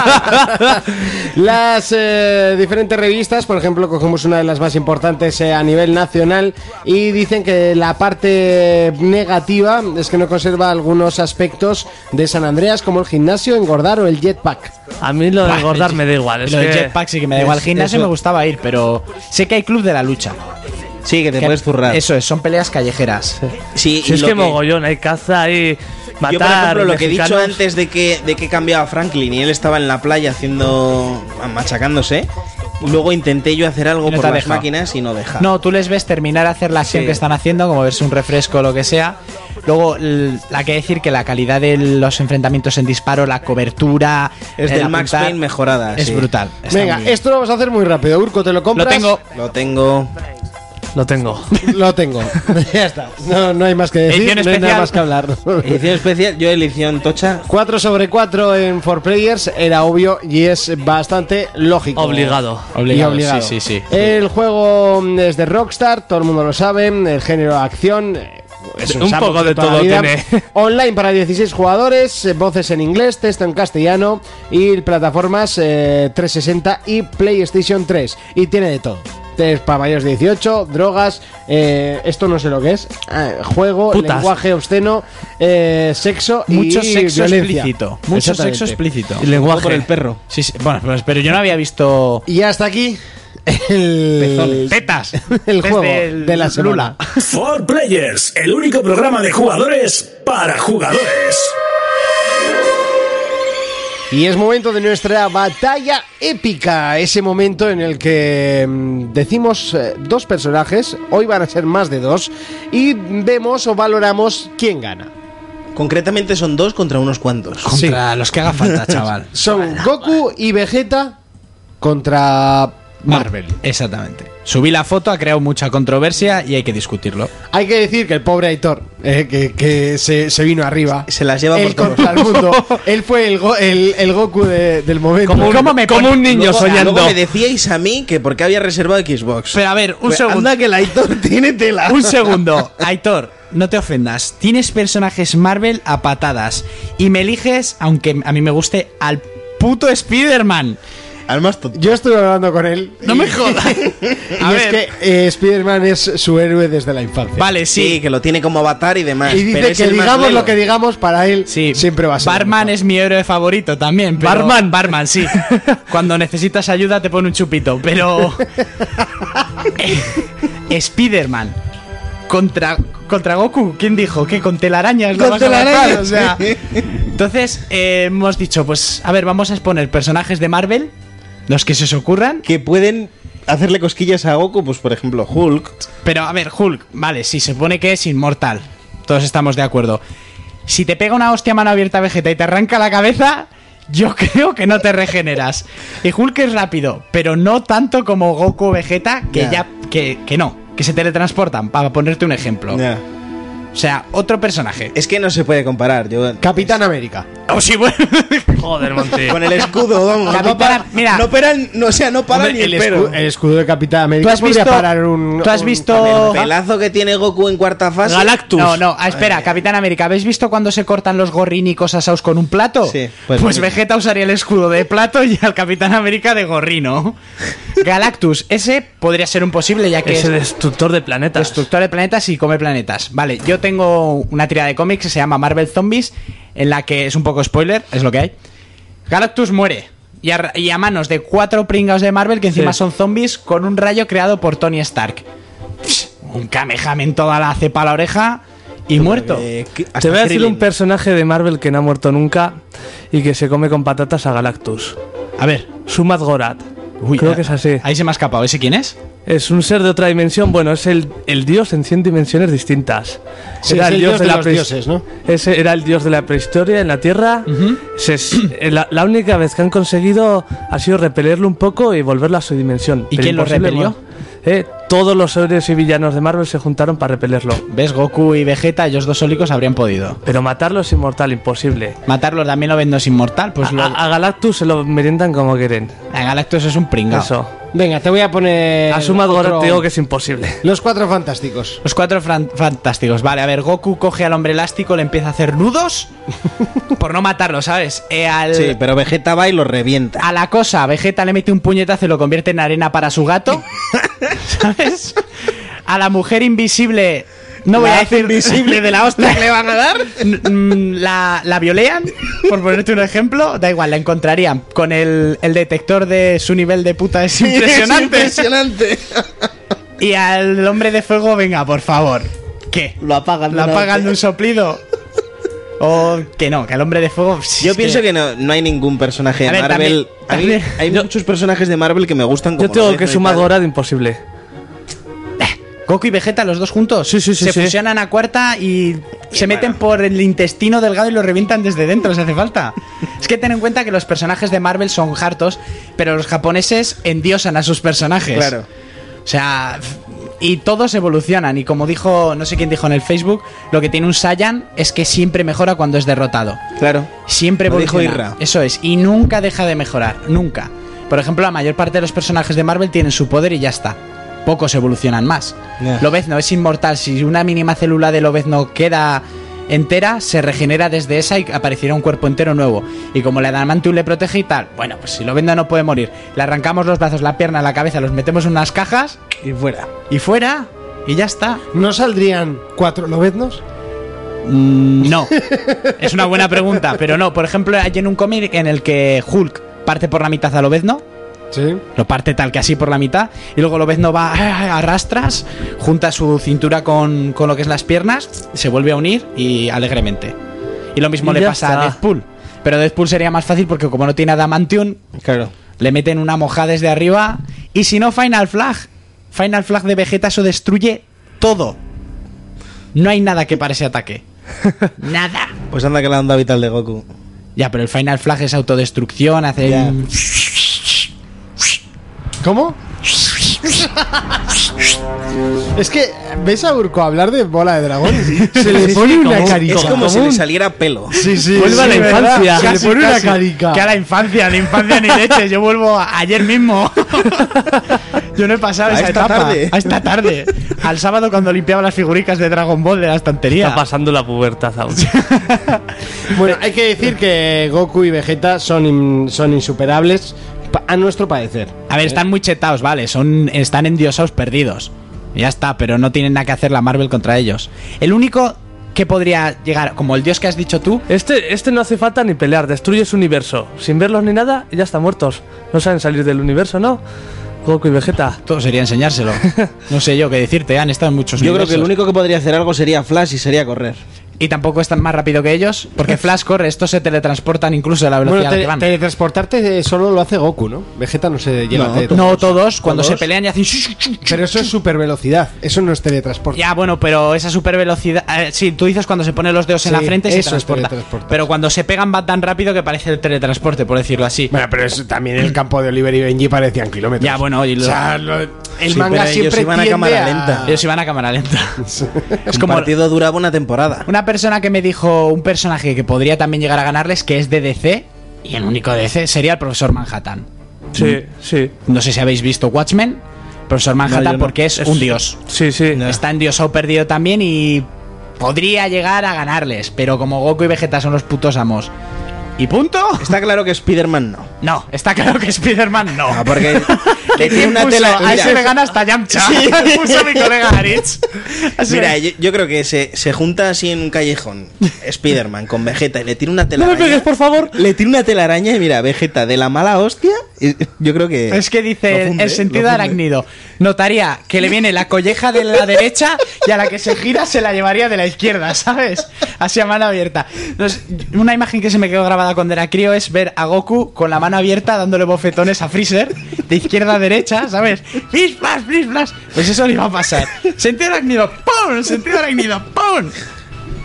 Speaker 2: <laughs> Las eh, diferentes revistas, por ejemplo, cogemos una de las más importantes eh, a nivel nacional y dicen que la parte negativa es que no conserva algunos aspectos de San Andreas como el gimnasio, engordar o el jetpack.
Speaker 4: A mí lo de
Speaker 7: Bah,
Speaker 4: engordar
Speaker 7: el-
Speaker 4: me da igual. Es
Speaker 7: Lo del
Speaker 4: que-
Speaker 7: jetpack sí que me da igual.
Speaker 5: es-
Speaker 7: gimnasio
Speaker 5: eso-
Speaker 7: me gustaba ir, pero sé que hay club de la lucha.
Speaker 5: Sí, que te
Speaker 7: Que-
Speaker 5: puedes zurrar.
Speaker 7: Eso es, son peleas callejeras.
Speaker 5: Sí,
Speaker 4: Si
Speaker 5: y
Speaker 4: es
Speaker 5: lo
Speaker 4: que, mogollón, hay caza, hay matar.
Speaker 5: Yo, por ejemplo, lo que he dicho
Speaker 4: mexicanos.
Speaker 5: antes de que, de que cambiaba Franklin y él estaba en la playa haciendo. machacándose. Luego intenté yo hacer algo
Speaker 7: Y no
Speaker 5: por
Speaker 7: te ha
Speaker 5: las
Speaker 7: dejado.
Speaker 5: máquinas y no deja.
Speaker 7: No, tú les ves terminar a hacer la acción
Speaker 5: Sí.
Speaker 7: que están haciendo, como verse un refresco o lo que sea. Luego, l- la que decir que la calidad de los enfrentamientos en disparo, la cobertura.
Speaker 5: Es
Speaker 7: el
Speaker 5: del Max
Speaker 7: apuntar,
Speaker 5: Payne mejorada.
Speaker 7: Es
Speaker 5: sí.
Speaker 7: brutal. está
Speaker 2: Venga,
Speaker 7: muy bien.
Speaker 2: esto lo vamos a hacer muy rápido. Urco, ¿te lo compras?
Speaker 7: Lo tengo.
Speaker 5: Lo tengo. <laughs>
Speaker 4: Lo tengo.
Speaker 2: Lo tengo. <laughs> ya está. No, no hay más que decir,
Speaker 7: Edición
Speaker 2: no hay nada
Speaker 7: especial.
Speaker 2: más que hablar.
Speaker 7: <laughs>
Speaker 5: Edición especial, yo edición tocha.
Speaker 2: 4 sobre 4 en 4Players era obvio y es bastante lógico.
Speaker 4: Obligado.
Speaker 7: Obligado,
Speaker 2: Y obligado.
Speaker 7: sí, sí, sí.
Speaker 2: El juego mm, es de Rockstar, todo el mundo lo sabe, el género acción. eh, Es
Speaker 4: Un
Speaker 2: Samus
Speaker 4: poco de
Speaker 2: toda la
Speaker 4: todo
Speaker 2: vida.
Speaker 4: tiene. <laughs>
Speaker 2: Online para 16 jugadores, eh, voces en inglés, texto en castellano y plataformas eh, 360 y PlayStation 3. Y tiene de todo. Es para mayores de 18, drogas, eh, esto no sé lo que es, eh, juego,
Speaker 4: Putas.
Speaker 2: lenguaje obsceno, eh, sexo
Speaker 7: Mucho
Speaker 2: y
Speaker 7: sexo
Speaker 2: violencia.
Speaker 7: explícito. Mucho
Speaker 2: Exactamente.
Speaker 7: sexo explícito.
Speaker 4: El lenguaje.
Speaker 5: Por el perro.
Speaker 7: Sí, sí, Bueno, pues, pero yo no había visto.
Speaker 2: Y hasta aquí el,
Speaker 7: <laughs>
Speaker 2: <laughs>
Speaker 7: ¡Tetas!
Speaker 2: el
Speaker 7: Desde
Speaker 2: juego
Speaker 7: el
Speaker 2: de la semana.
Speaker 7: Lula.
Speaker 1: For Players, el único programa de jugadores para jugadores.
Speaker 2: Y es momento de nuestra batalla épica, ese momento en el que mm, decimos eh, dos personajes, hoy van a ser más de dos, y vemos o valoramos quién gana.
Speaker 5: Concretamente son dos contra unos cuantos.
Speaker 7: Contra los que haga <laughs> falta, chaval.
Speaker 2: Son Goku y Vegeta contra
Speaker 7: Marvel, exactamente. Subí la foto, ha creado mucha controversia y hay que discutirlo.
Speaker 2: Hay que decir que el pobre Aitor, eh, que, que se, se vino arriba.
Speaker 5: Se las lleva
Speaker 2: Él
Speaker 5: por
Speaker 2: contra
Speaker 5: todos.
Speaker 2: el mundo.
Speaker 7: <laughs>
Speaker 2: Él fue el, go- el, el Goku de- del momento.
Speaker 7: ¿Cómo me
Speaker 4: Como
Speaker 7: pone-
Speaker 4: un niño
Speaker 5: Luego,
Speaker 4: soñando.
Speaker 5: luego me decíais a mí que porque había reservado Xbox.
Speaker 7: Pero a ver, un
Speaker 5: Pues
Speaker 7: segundo.
Speaker 5: Anda que el Aitor <laughs> tiene tela.
Speaker 7: <laughs> Un segundo, Aitor, no te ofendas. Tienes personajes Marvel a patadas y me eliges, aunque a mí me guste, al puto Spider-Man.
Speaker 5: Al más tonto.
Speaker 2: Yo estuve hablando con él.
Speaker 7: No me <laughs> jodas.
Speaker 2: Y
Speaker 7: A
Speaker 2: es
Speaker 7: ver,
Speaker 2: que eh, Spider-Man es su héroe desde la infancia.
Speaker 7: vale,
Speaker 5: Sí,
Speaker 7: sí.
Speaker 5: que lo tiene como avatar y demás.
Speaker 2: Y
Speaker 5: pero
Speaker 2: dice
Speaker 5: es
Speaker 2: que
Speaker 5: el más
Speaker 2: digamos lo
Speaker 5: lelo.
Speaker 2: que digamos, para él
Speaker 7: Sí,
Speaker 2: siempre va a ser.
Speaker 7: Barman es mi héroe favorito también. Pero
Speaker 4: Barman.
Speaker 2: <laughs>
Speaker 7: Barman, sí. Cuando necesitas ayuda te pone un chupito,
Speaker 2: <laughs>
Speaker 7: pero. Spider-Man. Contra, contra Goku, ¿quién dijo? que ¿Con telarañas? lo
Speaker 5: Con
Speaker 7: vas a matar?
Speaker 5: telarañas,
Speaker 7: O sea,
Speaker 5: sí.
Speaker 7: entonces eh, hemos dicho, pues a ver, vamos a exponer personajes de Marvel, los que se os ocurran.
Speaker 5: Que pueden hacerle cosquillas a Goku, pues por ejemplo Hulk.
Speaker 7: Pero a ver, Hulk, vale, sí, se pone que es inmortal. Todos estamos de acuerdo. Si te pega una hostia a mano abierta a Vegeta y te arranca la cabeza, yo <laughs> creo que no te regeneras. Y Hulk es rápido, pero no tanto como Goku o Vegeta, que
Speaker 5: Ya.
Speaker 7: ya. Que, que no, que se teletransportan, para ponerte un ejemplo.
Speaker 5: Ya.
Speaker 7: O sea, otro personaje. <laughs>
Speaker 5: Es que no se puede comparar. Yo,
Speaker 2: Capitán América.
Speaker 7: O
Speaker 2: <laughs>
Speaker 7: si bueno.
Speaker 4: Joder, Monty.
Speaker 5: con el escudo, vamos.
Speaker 7: Capitán-
Speaker 5: no para-
Speaker 7: mira.
Speaker 5: no paran, no, o sea, no para
Speaker 7: Hombre,
Speaker 5: ni el,
Speaker 7: el
Speaker 5: pelo.
Speaker 2: El escudo de Capitán América.
Speaker 7: ¿Tú has
Speaker 2: podría
Speaker 7: visto-
Speaker 2: parar un-
Speaker 7: tú has
Speaker 2: un-
Speaker 7: visto-
Speaker 5: El pelazo que tiene Goku en cuarta fase.
Speaker 7: Galactus. No, no, ah, espera, Capitán América, ¿habéis visto cuando se cortan los gorrinicos asados con un plato?
Speaker 5: Sí, pues
Speaker 7: Pues,
Speaker 5: sí.
Speaker 7: Vegeta usaría el escudo de plato y al Capitán América de gorrino. Galactus, ese podría ser un posible ya que
Speaker 4: Es el
Speaker 7: es
Speaker 4: destructor de planetas.
Speaker 7: destructor de planetas y come planetas. Vale, yo tengo una tirada de cómics que se llama Marvel Zombies, en la que es un poco spoiler, es lo que hay. Galactus muere. Y a, ra- y a manos de cuatro pringados de Marvel que encima
Speaker 4: Sí.
Speaker 7: son zombies con un rayo creado por Tony Stark. Un Kamehame en toda la cepa a la oreja y muerto.
Speaker 5: Eh, que- hasta
Speaker 4: Te voy a decir
Speaker 5: Krillin.
Speaker 4: un personaje de Marvel que no ha muerto nunca y que se come con patatas a Galactus.
Speaker 7: A ver,
Speaker 4: Sumad Gorat.
Speaker 7: Uy,
Speaker 4: Creo
Speaker 7: ah,
Speaker 4: que es así.
Speaker 7: Ahí se me ha escapado. ¿Ese quién es?
Speaker 4: Es un ser de otra dimensión. Bueno, es el, el dios en 100 dimensiones distintas.
Speaker 6: Sí, es el dios de los
Speaker 4: prehi-
Speaker 6: dioses, ¿no?
Speaker 4: Ese era el dios de la prehistoria en la Tierra. Se es- eh, la, la única vez que han conseguido ha sido repelerlo un poco y volverlo a su dimensión.
Speaker 7: ¿Y
Speaker 4: Pero
Speaker 7: quién lo
Speaker 4: imposible,
Speaker 7: repelió?
Speaker 4: mo- Eh, todos los héroes y villanos de Marvel se juntaron para repelerlo.
Speaker 7: ¿Ves? Goku y Vegeta, ellos dos sólicos habrían podido.
Speaker 4: Pero matarlo es inmortal, imposible.
Speaker 7: Matarlo también lo ven, no es inmortal. Pues
Speaker 4: A-
Speaker 7: lo...
Speaker 4: a, a Galactus se lo meriendan como quieren.
Speaker 7: a Galactus es un pringao.
Speaker 4: Eso.
Speaker 6: Venga, te voy a poner.
Speaker 4: A Suma
Speaker 6: otro-
Speaker 4: te digo que es imposible.
Speaker 6: Los cuatro fantásticos.
Speaker 7: Los cuatro fran- fantásticos. Vale, a ver, Goku coge al hombre elástico, le empieza a hacer nudos. por no matarlo, ¿sabes? Eh, al-
Speaker 5: Sí, pero Vegeta va y lo revienta.
Speaker 7: A la cosa, Vegeta le mete un puñetazo y lo convierte en arena para su gato. ¿Sabes? A la mujer invisible. No voy a decir invisible de la hostia que le van a dar. La, la violean, por ponerte un ejemplo. Da igual, la encontrarían. Con el, el detector de su nivel de puta es impresionante.
Speaker 5: impresionante.
Speaker 7: Y al hombre de fuego, venga, por favor. ¿Qué?
Speaker 5: Lo apagan.
Speaker 7: ¿La apagan de un soplido? <laughs> O que no, que al hombre de fuego.
Speaker 5: Yo pienso que no, no hay ningún personaje de
Speaker 7: A ver,
Speaker 5: Marvel. A mí
Speaker 7: también- también-
Speaker 5: hay muchos personajes de Marvel que me gustan. Como
Speaker 4: Yo tengo
Speaker 5: Lorenzo
Speaker 4: que
Speaker 5: y
Speaker 4: Suma
Speaker 5: tal.
Speaker 4: imposible.
Speaker 7: Goku y Vegeta, los dos juntos.
Speaker 4: Sí, sí, sí,
Speaker 7: Se
Speaker 4: sí.
Speaker 7: fusionan a cuarta y se meten por el intestino delgado y lo revientan desde dentro, si hace <laughs> falta. es que ten en cuenta que los personajes de Marvel son hartos, pero los japoneses endiosan a sus personajes.
Speaker 5: Claro.
Speaker 7: O sea, f- y todos evolucionan. Y como dijo, no sé quién dijo en el Facebook, lo que tiene un Saiyan es que siempre mejora cuando es derrotado.
Speaker 5: Claro.
Speaker 7: Siempre
Speaker 5: Lo dijo
Speaker 7: evoluciona.
Speaker 5: Irra.
Speaker 7: Eso es. Y nunca deja de mejorar. Nunca. Por ejemplo, la mayor parte de los personajes de Marvel tienen su poder y ya está. Pocos evolucionan más.
Speaker 5: Ya.
Speaker 7: Lobezno es inmortal. Si una mínima célula de Lobezno queda entera, se regenera desde esa y aparecerá un cuerpo entero nuevo. Y como la adamantium le protege y tal, bueno, pues si Lobezno no puede morir, le arrancamos los brazos, la pierna, la cabeza, los metemos en unas cajas
Speaker 5: Y fuera.
Speaker 7: y fuera y ya está.
Speaker 6: ¿No saldrían cuatro lobeznos?
Speaker 4: <laughs>
Speaker 7: Mm, No, es una buena pregunta, pero no. Por ejemplo, hay en un cómic en el que Hulk parte por la mitad a Lobezno,
Speaker 6: Sí.
Speaker 7: lo parte tal que así por la mitad, y luego Lobezno va <laughs> ah, arrastras, junta su cintura con, con lo que es las piernas, se vuelve a unir y alegremente. Y lo mismo
Speaker 4: Y
Speaker 7: le
Speaker 4: ya
Speaker 7: pasa a
Speaker 4: está.
Speaker 7: Deadpool, pero Deadpool sería más fácil porque como no tiene adamantium,
Speaker 5: Claro.
Speaker 7: le meten una moja desde arriba, y si no Final Flag, Final Flag de Vegeta eso destruye todo. No hay nada que para
Speaker 4: <laughs>
Speaker 7: ese ataque. Nada.
Speaker 5: Pues anda que la onda vital de Goku.
Speaker 7: Ya, pero el Final Flag es autodestrucción, hace...
Speaker 5: Ya.
Speaker 7: un-
Speaker 6: ¿Cómo? es que, ¿ves a Urco hablar de bola de dragón? Se le pone una carica.
Speaker 5: Es como si le saliera pelo.
Speaker 6: Sí, sí.
Speaker 4: Vuelva a la
Speaker 6: ¿verdad?
Speaker 4: infancia.
Speaker 6: Se le
Speaker 4: Casi,
Speaker 6: pone una
Speaker 4: casi.
Speaker 6: carica.
Speaker 7: Que a la infancia, la infancia ni leche, yo vuelvo a- ayer mismo. <laughs> yo no he pasado
Speaker 5: A
Speaker 7: esa
Speaker 5: esta
Speaker 7: etapa.
Speaker 5: tarde.
Speaker 7: A esta tarde. Al sábado cuando limpiaba las figuricas de Dragon Ball de la estantería.
Speaker 4: Está pasando la pubertad aún.
Speaker 6: Bueno, hay que decir que Goku y Vegeta son, in- son insuperables pa- a nuestro parecer.
Speaker 7: A ver, están muy chetados, vale, son están endiosados perdidos. Ya está, pero no tienen nada que hacer la Marvel contra ellos. El único que podría llegar, como el dios que has dicho tú,
Speaker 4: Este, este no hace falta ni pelear, destruye su universo. Sin verlos ni nada, ya están muertos. No saben salir del universo, ¿no? Goku y Vegeta.
Speaker 7: todo sería <laughs> enseñárselo. No sé yo qué decirte, han estado en muchos
Speaker 5: Yo creo que el
Speaker 7: universos.
Speaker 5: único que podría hacer algo sería Flash y sería correr.
Speaker 7: Y tampoco están más rápido que ellos, porque Flash corre, estos se teletransportan incluso a la
Speaker 6: Bueno,
Speaker 7: velocidad a la
Speaker 6: te-
Speaker 7: que van.
Speaker 6: teletransportarte eh, solo lo hace Goku, ¿no? Vegeta no se lleva
Speaker 5: No,
Speaker 6: teletransporte.
Speaker 7: No todos, cuando
Speaker 5: Todos.
Speaker 7: se pelean y hacen... shu, shu, shu, shu.
Speaker 6: Pero eso es super velocidad, eso no es teletransporte.
Speaker 7: Ya, bueno, pero esa super velocidad... sí, tú dices cuando se ponen los dedos en
Speaker 6: Sí,
Speaker 7: la frente y se
Speaker 6: eso es
Speaker 7: transporta.
Speaker 6: teletransportarse.
Speaker 7: Pero cuando se pegan va tan rápido que parece el teletransporte, por decirlo así.
Speaker 6: Bueno, pero eso, también el campo de Oliver y Benji parecían kilómetros.
Speaker 7: Ya, bueno, y lo-
Speaker 6: O sea, lo- el
Speaker 5: Sí,
Speaker 6: manga
Speaker 5: pero ellos
Speaker 6: siempre
Speaker 5: iban a
Speaker 6: tiende
Speaker 5: cámara lenta.
Speaker 7: Ellos iban a cámara lenta. <laughs> es
Speaker 5: El
Speaker 7: como...
Speaker 5: partido duraba una temporada.
Speaker 7: Una persona que me dijo un personaje que podría también llegar a ganarles, que es de DC, y el único DC sería el profesor Manhattan.
Speaker 4: Sí,
Speaker 7: Mm.
Speaker 4: sí.
Speaker 7: No sé si habéis visto Watchmen, profesor Manhattan,
Speaker 5: yo no.
Speaker 7: porque es, un dios.
Speaker 4: Sí, sí. Este
Speaker 7: Está en Dios perdido también y podría llegar a ganarles, pero como Goku y Vegeta son los putos amos. ¿Y punto?
Speaker 5: Está claro que Spider-Man no.
Speaker 7: No, está claro que Spider-Man no.
Speaker 5: Ah, porque le
Speaker 7: ¿Quién
Speaker 5: tiene una
Speaker 7: puso?
Speaker 5: tela.
Speaker 7: Ahí
Speaker 5: mira,
Speaker 7: se le gana hasta Yamcha. <laughs> Puso mi colega Aritz. Así
Speaker 5: Mira,
Speaker 7: es.
Speaker 5: yo, yo creo que se, se junta así en un callejón Spider-Man con Vegeta y le tira una
Speaker 4: No me
Speaker 5: telaraña.
Speaker 4: pegues, por favor.
Speaker 5: Le tira una telaraña y mira, Vegeta de la mala hostia. y- Yo creo que.
Speaker 7: Es que dice
Speaker 5: lo funde,
Speaker 7: el sentido
Speaker 5: lo funde.
Speaker 7: arácnido. Notaría que le viene la colleja de la derecha y a la que se gira se la llevaría de la izquierda, ¿sabes? Así a mano abierta. Entonces, una imagen que se me quedó grabada cuando era crío es ver a Goku con la mano mano abierta dándole bofetones a Freezer de izquierda a derecha, ¿sabes? ¡Flish, flash, flish, flash! Pues eso le iba a pasar. Sentido arácnido, ¡pum! Sentido arácnido, ¡pum!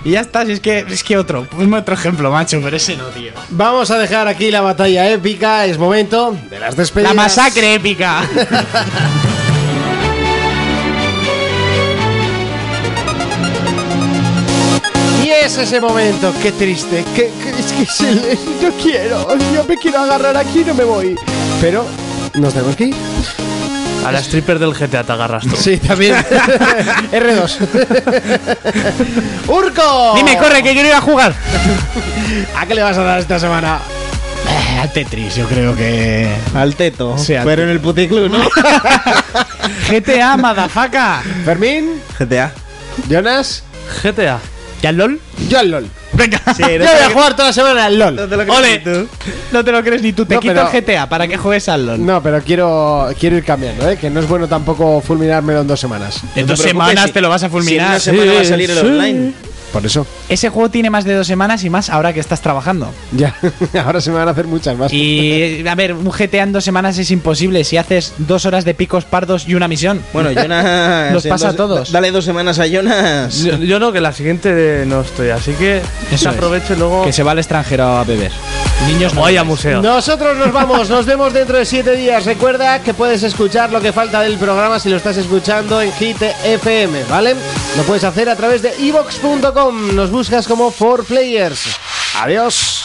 Speaker 7: Y ya está, si es que, es que otro, ponme otro ejemplo, macho, pero ese no, tío.
Speaker 2: Vamos a dejar aquí la batalla épica. Es momento de las despedidas.
Speaker 7: La masacre épica.
Speaker 2: Y es ese momento. Qué triste. Que, que- es que se le- yo quiero. Yo me quiero agarrar aquí y no me voy. Pero nos tenemos que ir.
Speaker 4: A la stripper del GTA te agarras tú.
Speaker 2: Sí, <laughs> también. R2. ¡Urco!
Speaker 7: <laughs> Dime, corre, que yo no iba a jugar.
Speaker 2: ¿A qué le vas a dar esta semana?
Speaker 7: A Eh, Tetris, yo creo que.
Speaker 5: Al teto.
Speaker 7: Sí, al
Speaker 5: Pero en el puticlub, ¿no?
Speaker 7: GTA, madafaca.
Speaker 2: Fermín,
Speaker 5: GTA.
Speaker 2: Jonas,
Speaker 4: GTA.
Speaker 7: ¿Ya LOL?
Speaker 2: yo al LOL.
Speaker 7: <laughs> Venga.
Speaker 5: Sí,
Speaker 2: Yo voy
Speaker 5: no
Speaker 2: a
Speaker 5: te lo-
Speaker 2: jugar toda la semana al LOL.
Speaker 5: no te lo crees
Speaker 7: Ole.
Speaker 5: ni tú.
Speaker 7: No te lo crees ni tú. Te
Speaker 2: No,
Speaker 7: quito
Speaker 2: pero-
Speaker 7: el GTA para que juegues al LOL.
Speaker 2: No, pero quiero, quiero ir cambiando, ¿eh? que no es bueno tampoco fulminármelo en dos semanas.
Speaker 7: En
Speaker 5: No
Speaker 7: dos
Speaker 5: preocupes,
Speaker 7: semanas
Speaker 5: si-
Speaker 7: te lo vas
Speaker 5: si
Speaker 7: a
Speaker 5: en
Speaker 7: fulminar.
Speaker 5: una semana va a salir el
Speaker 4: sí.
Speaker 5: online.
Speaker 2: Por eso,
Speaker 7: Ese juego tiene más de dos semanas y más ahora que estás trabajando.
Speaker 2: ya. <laughs> Ahora se me van a hacer muchas más.
Speaker 7: Y a ver, un GTA en dos semanas es imposible. Si haces dos horas de picos pardos y una misión.
Speaker 5: Bueno,
Speaker 7: <laughs>
Speaker 5: Jonas.
Speaker 7: Nos
Speaker 5: en
Speaker 7: pasa
Speaker 5: dos-
Speaker 7: a todos.
Speaker 5: Dale dos semanas a Jonas.
Speaker 4: Yo, yo no, que la siguiente no estoy, así que
Speaker 7: Eso es.
Speaker 4: aprovecho y luego.
Speaker 7: Que se va al extranjero a beber. Niños, no
Speaker 4: Vaya
Speaker 7: bebáis.
Speaker 4: museo.
Speaker 2: Nosotros nos vamos, nos vemos dentro de siete días. Recuerda que puedes escuchar lo que falta del programa si lo estás escuchando en Hit FM, ¿vale? Lo puedes hacer a través de evox.com. Nos buscas como 4Players. Adiós.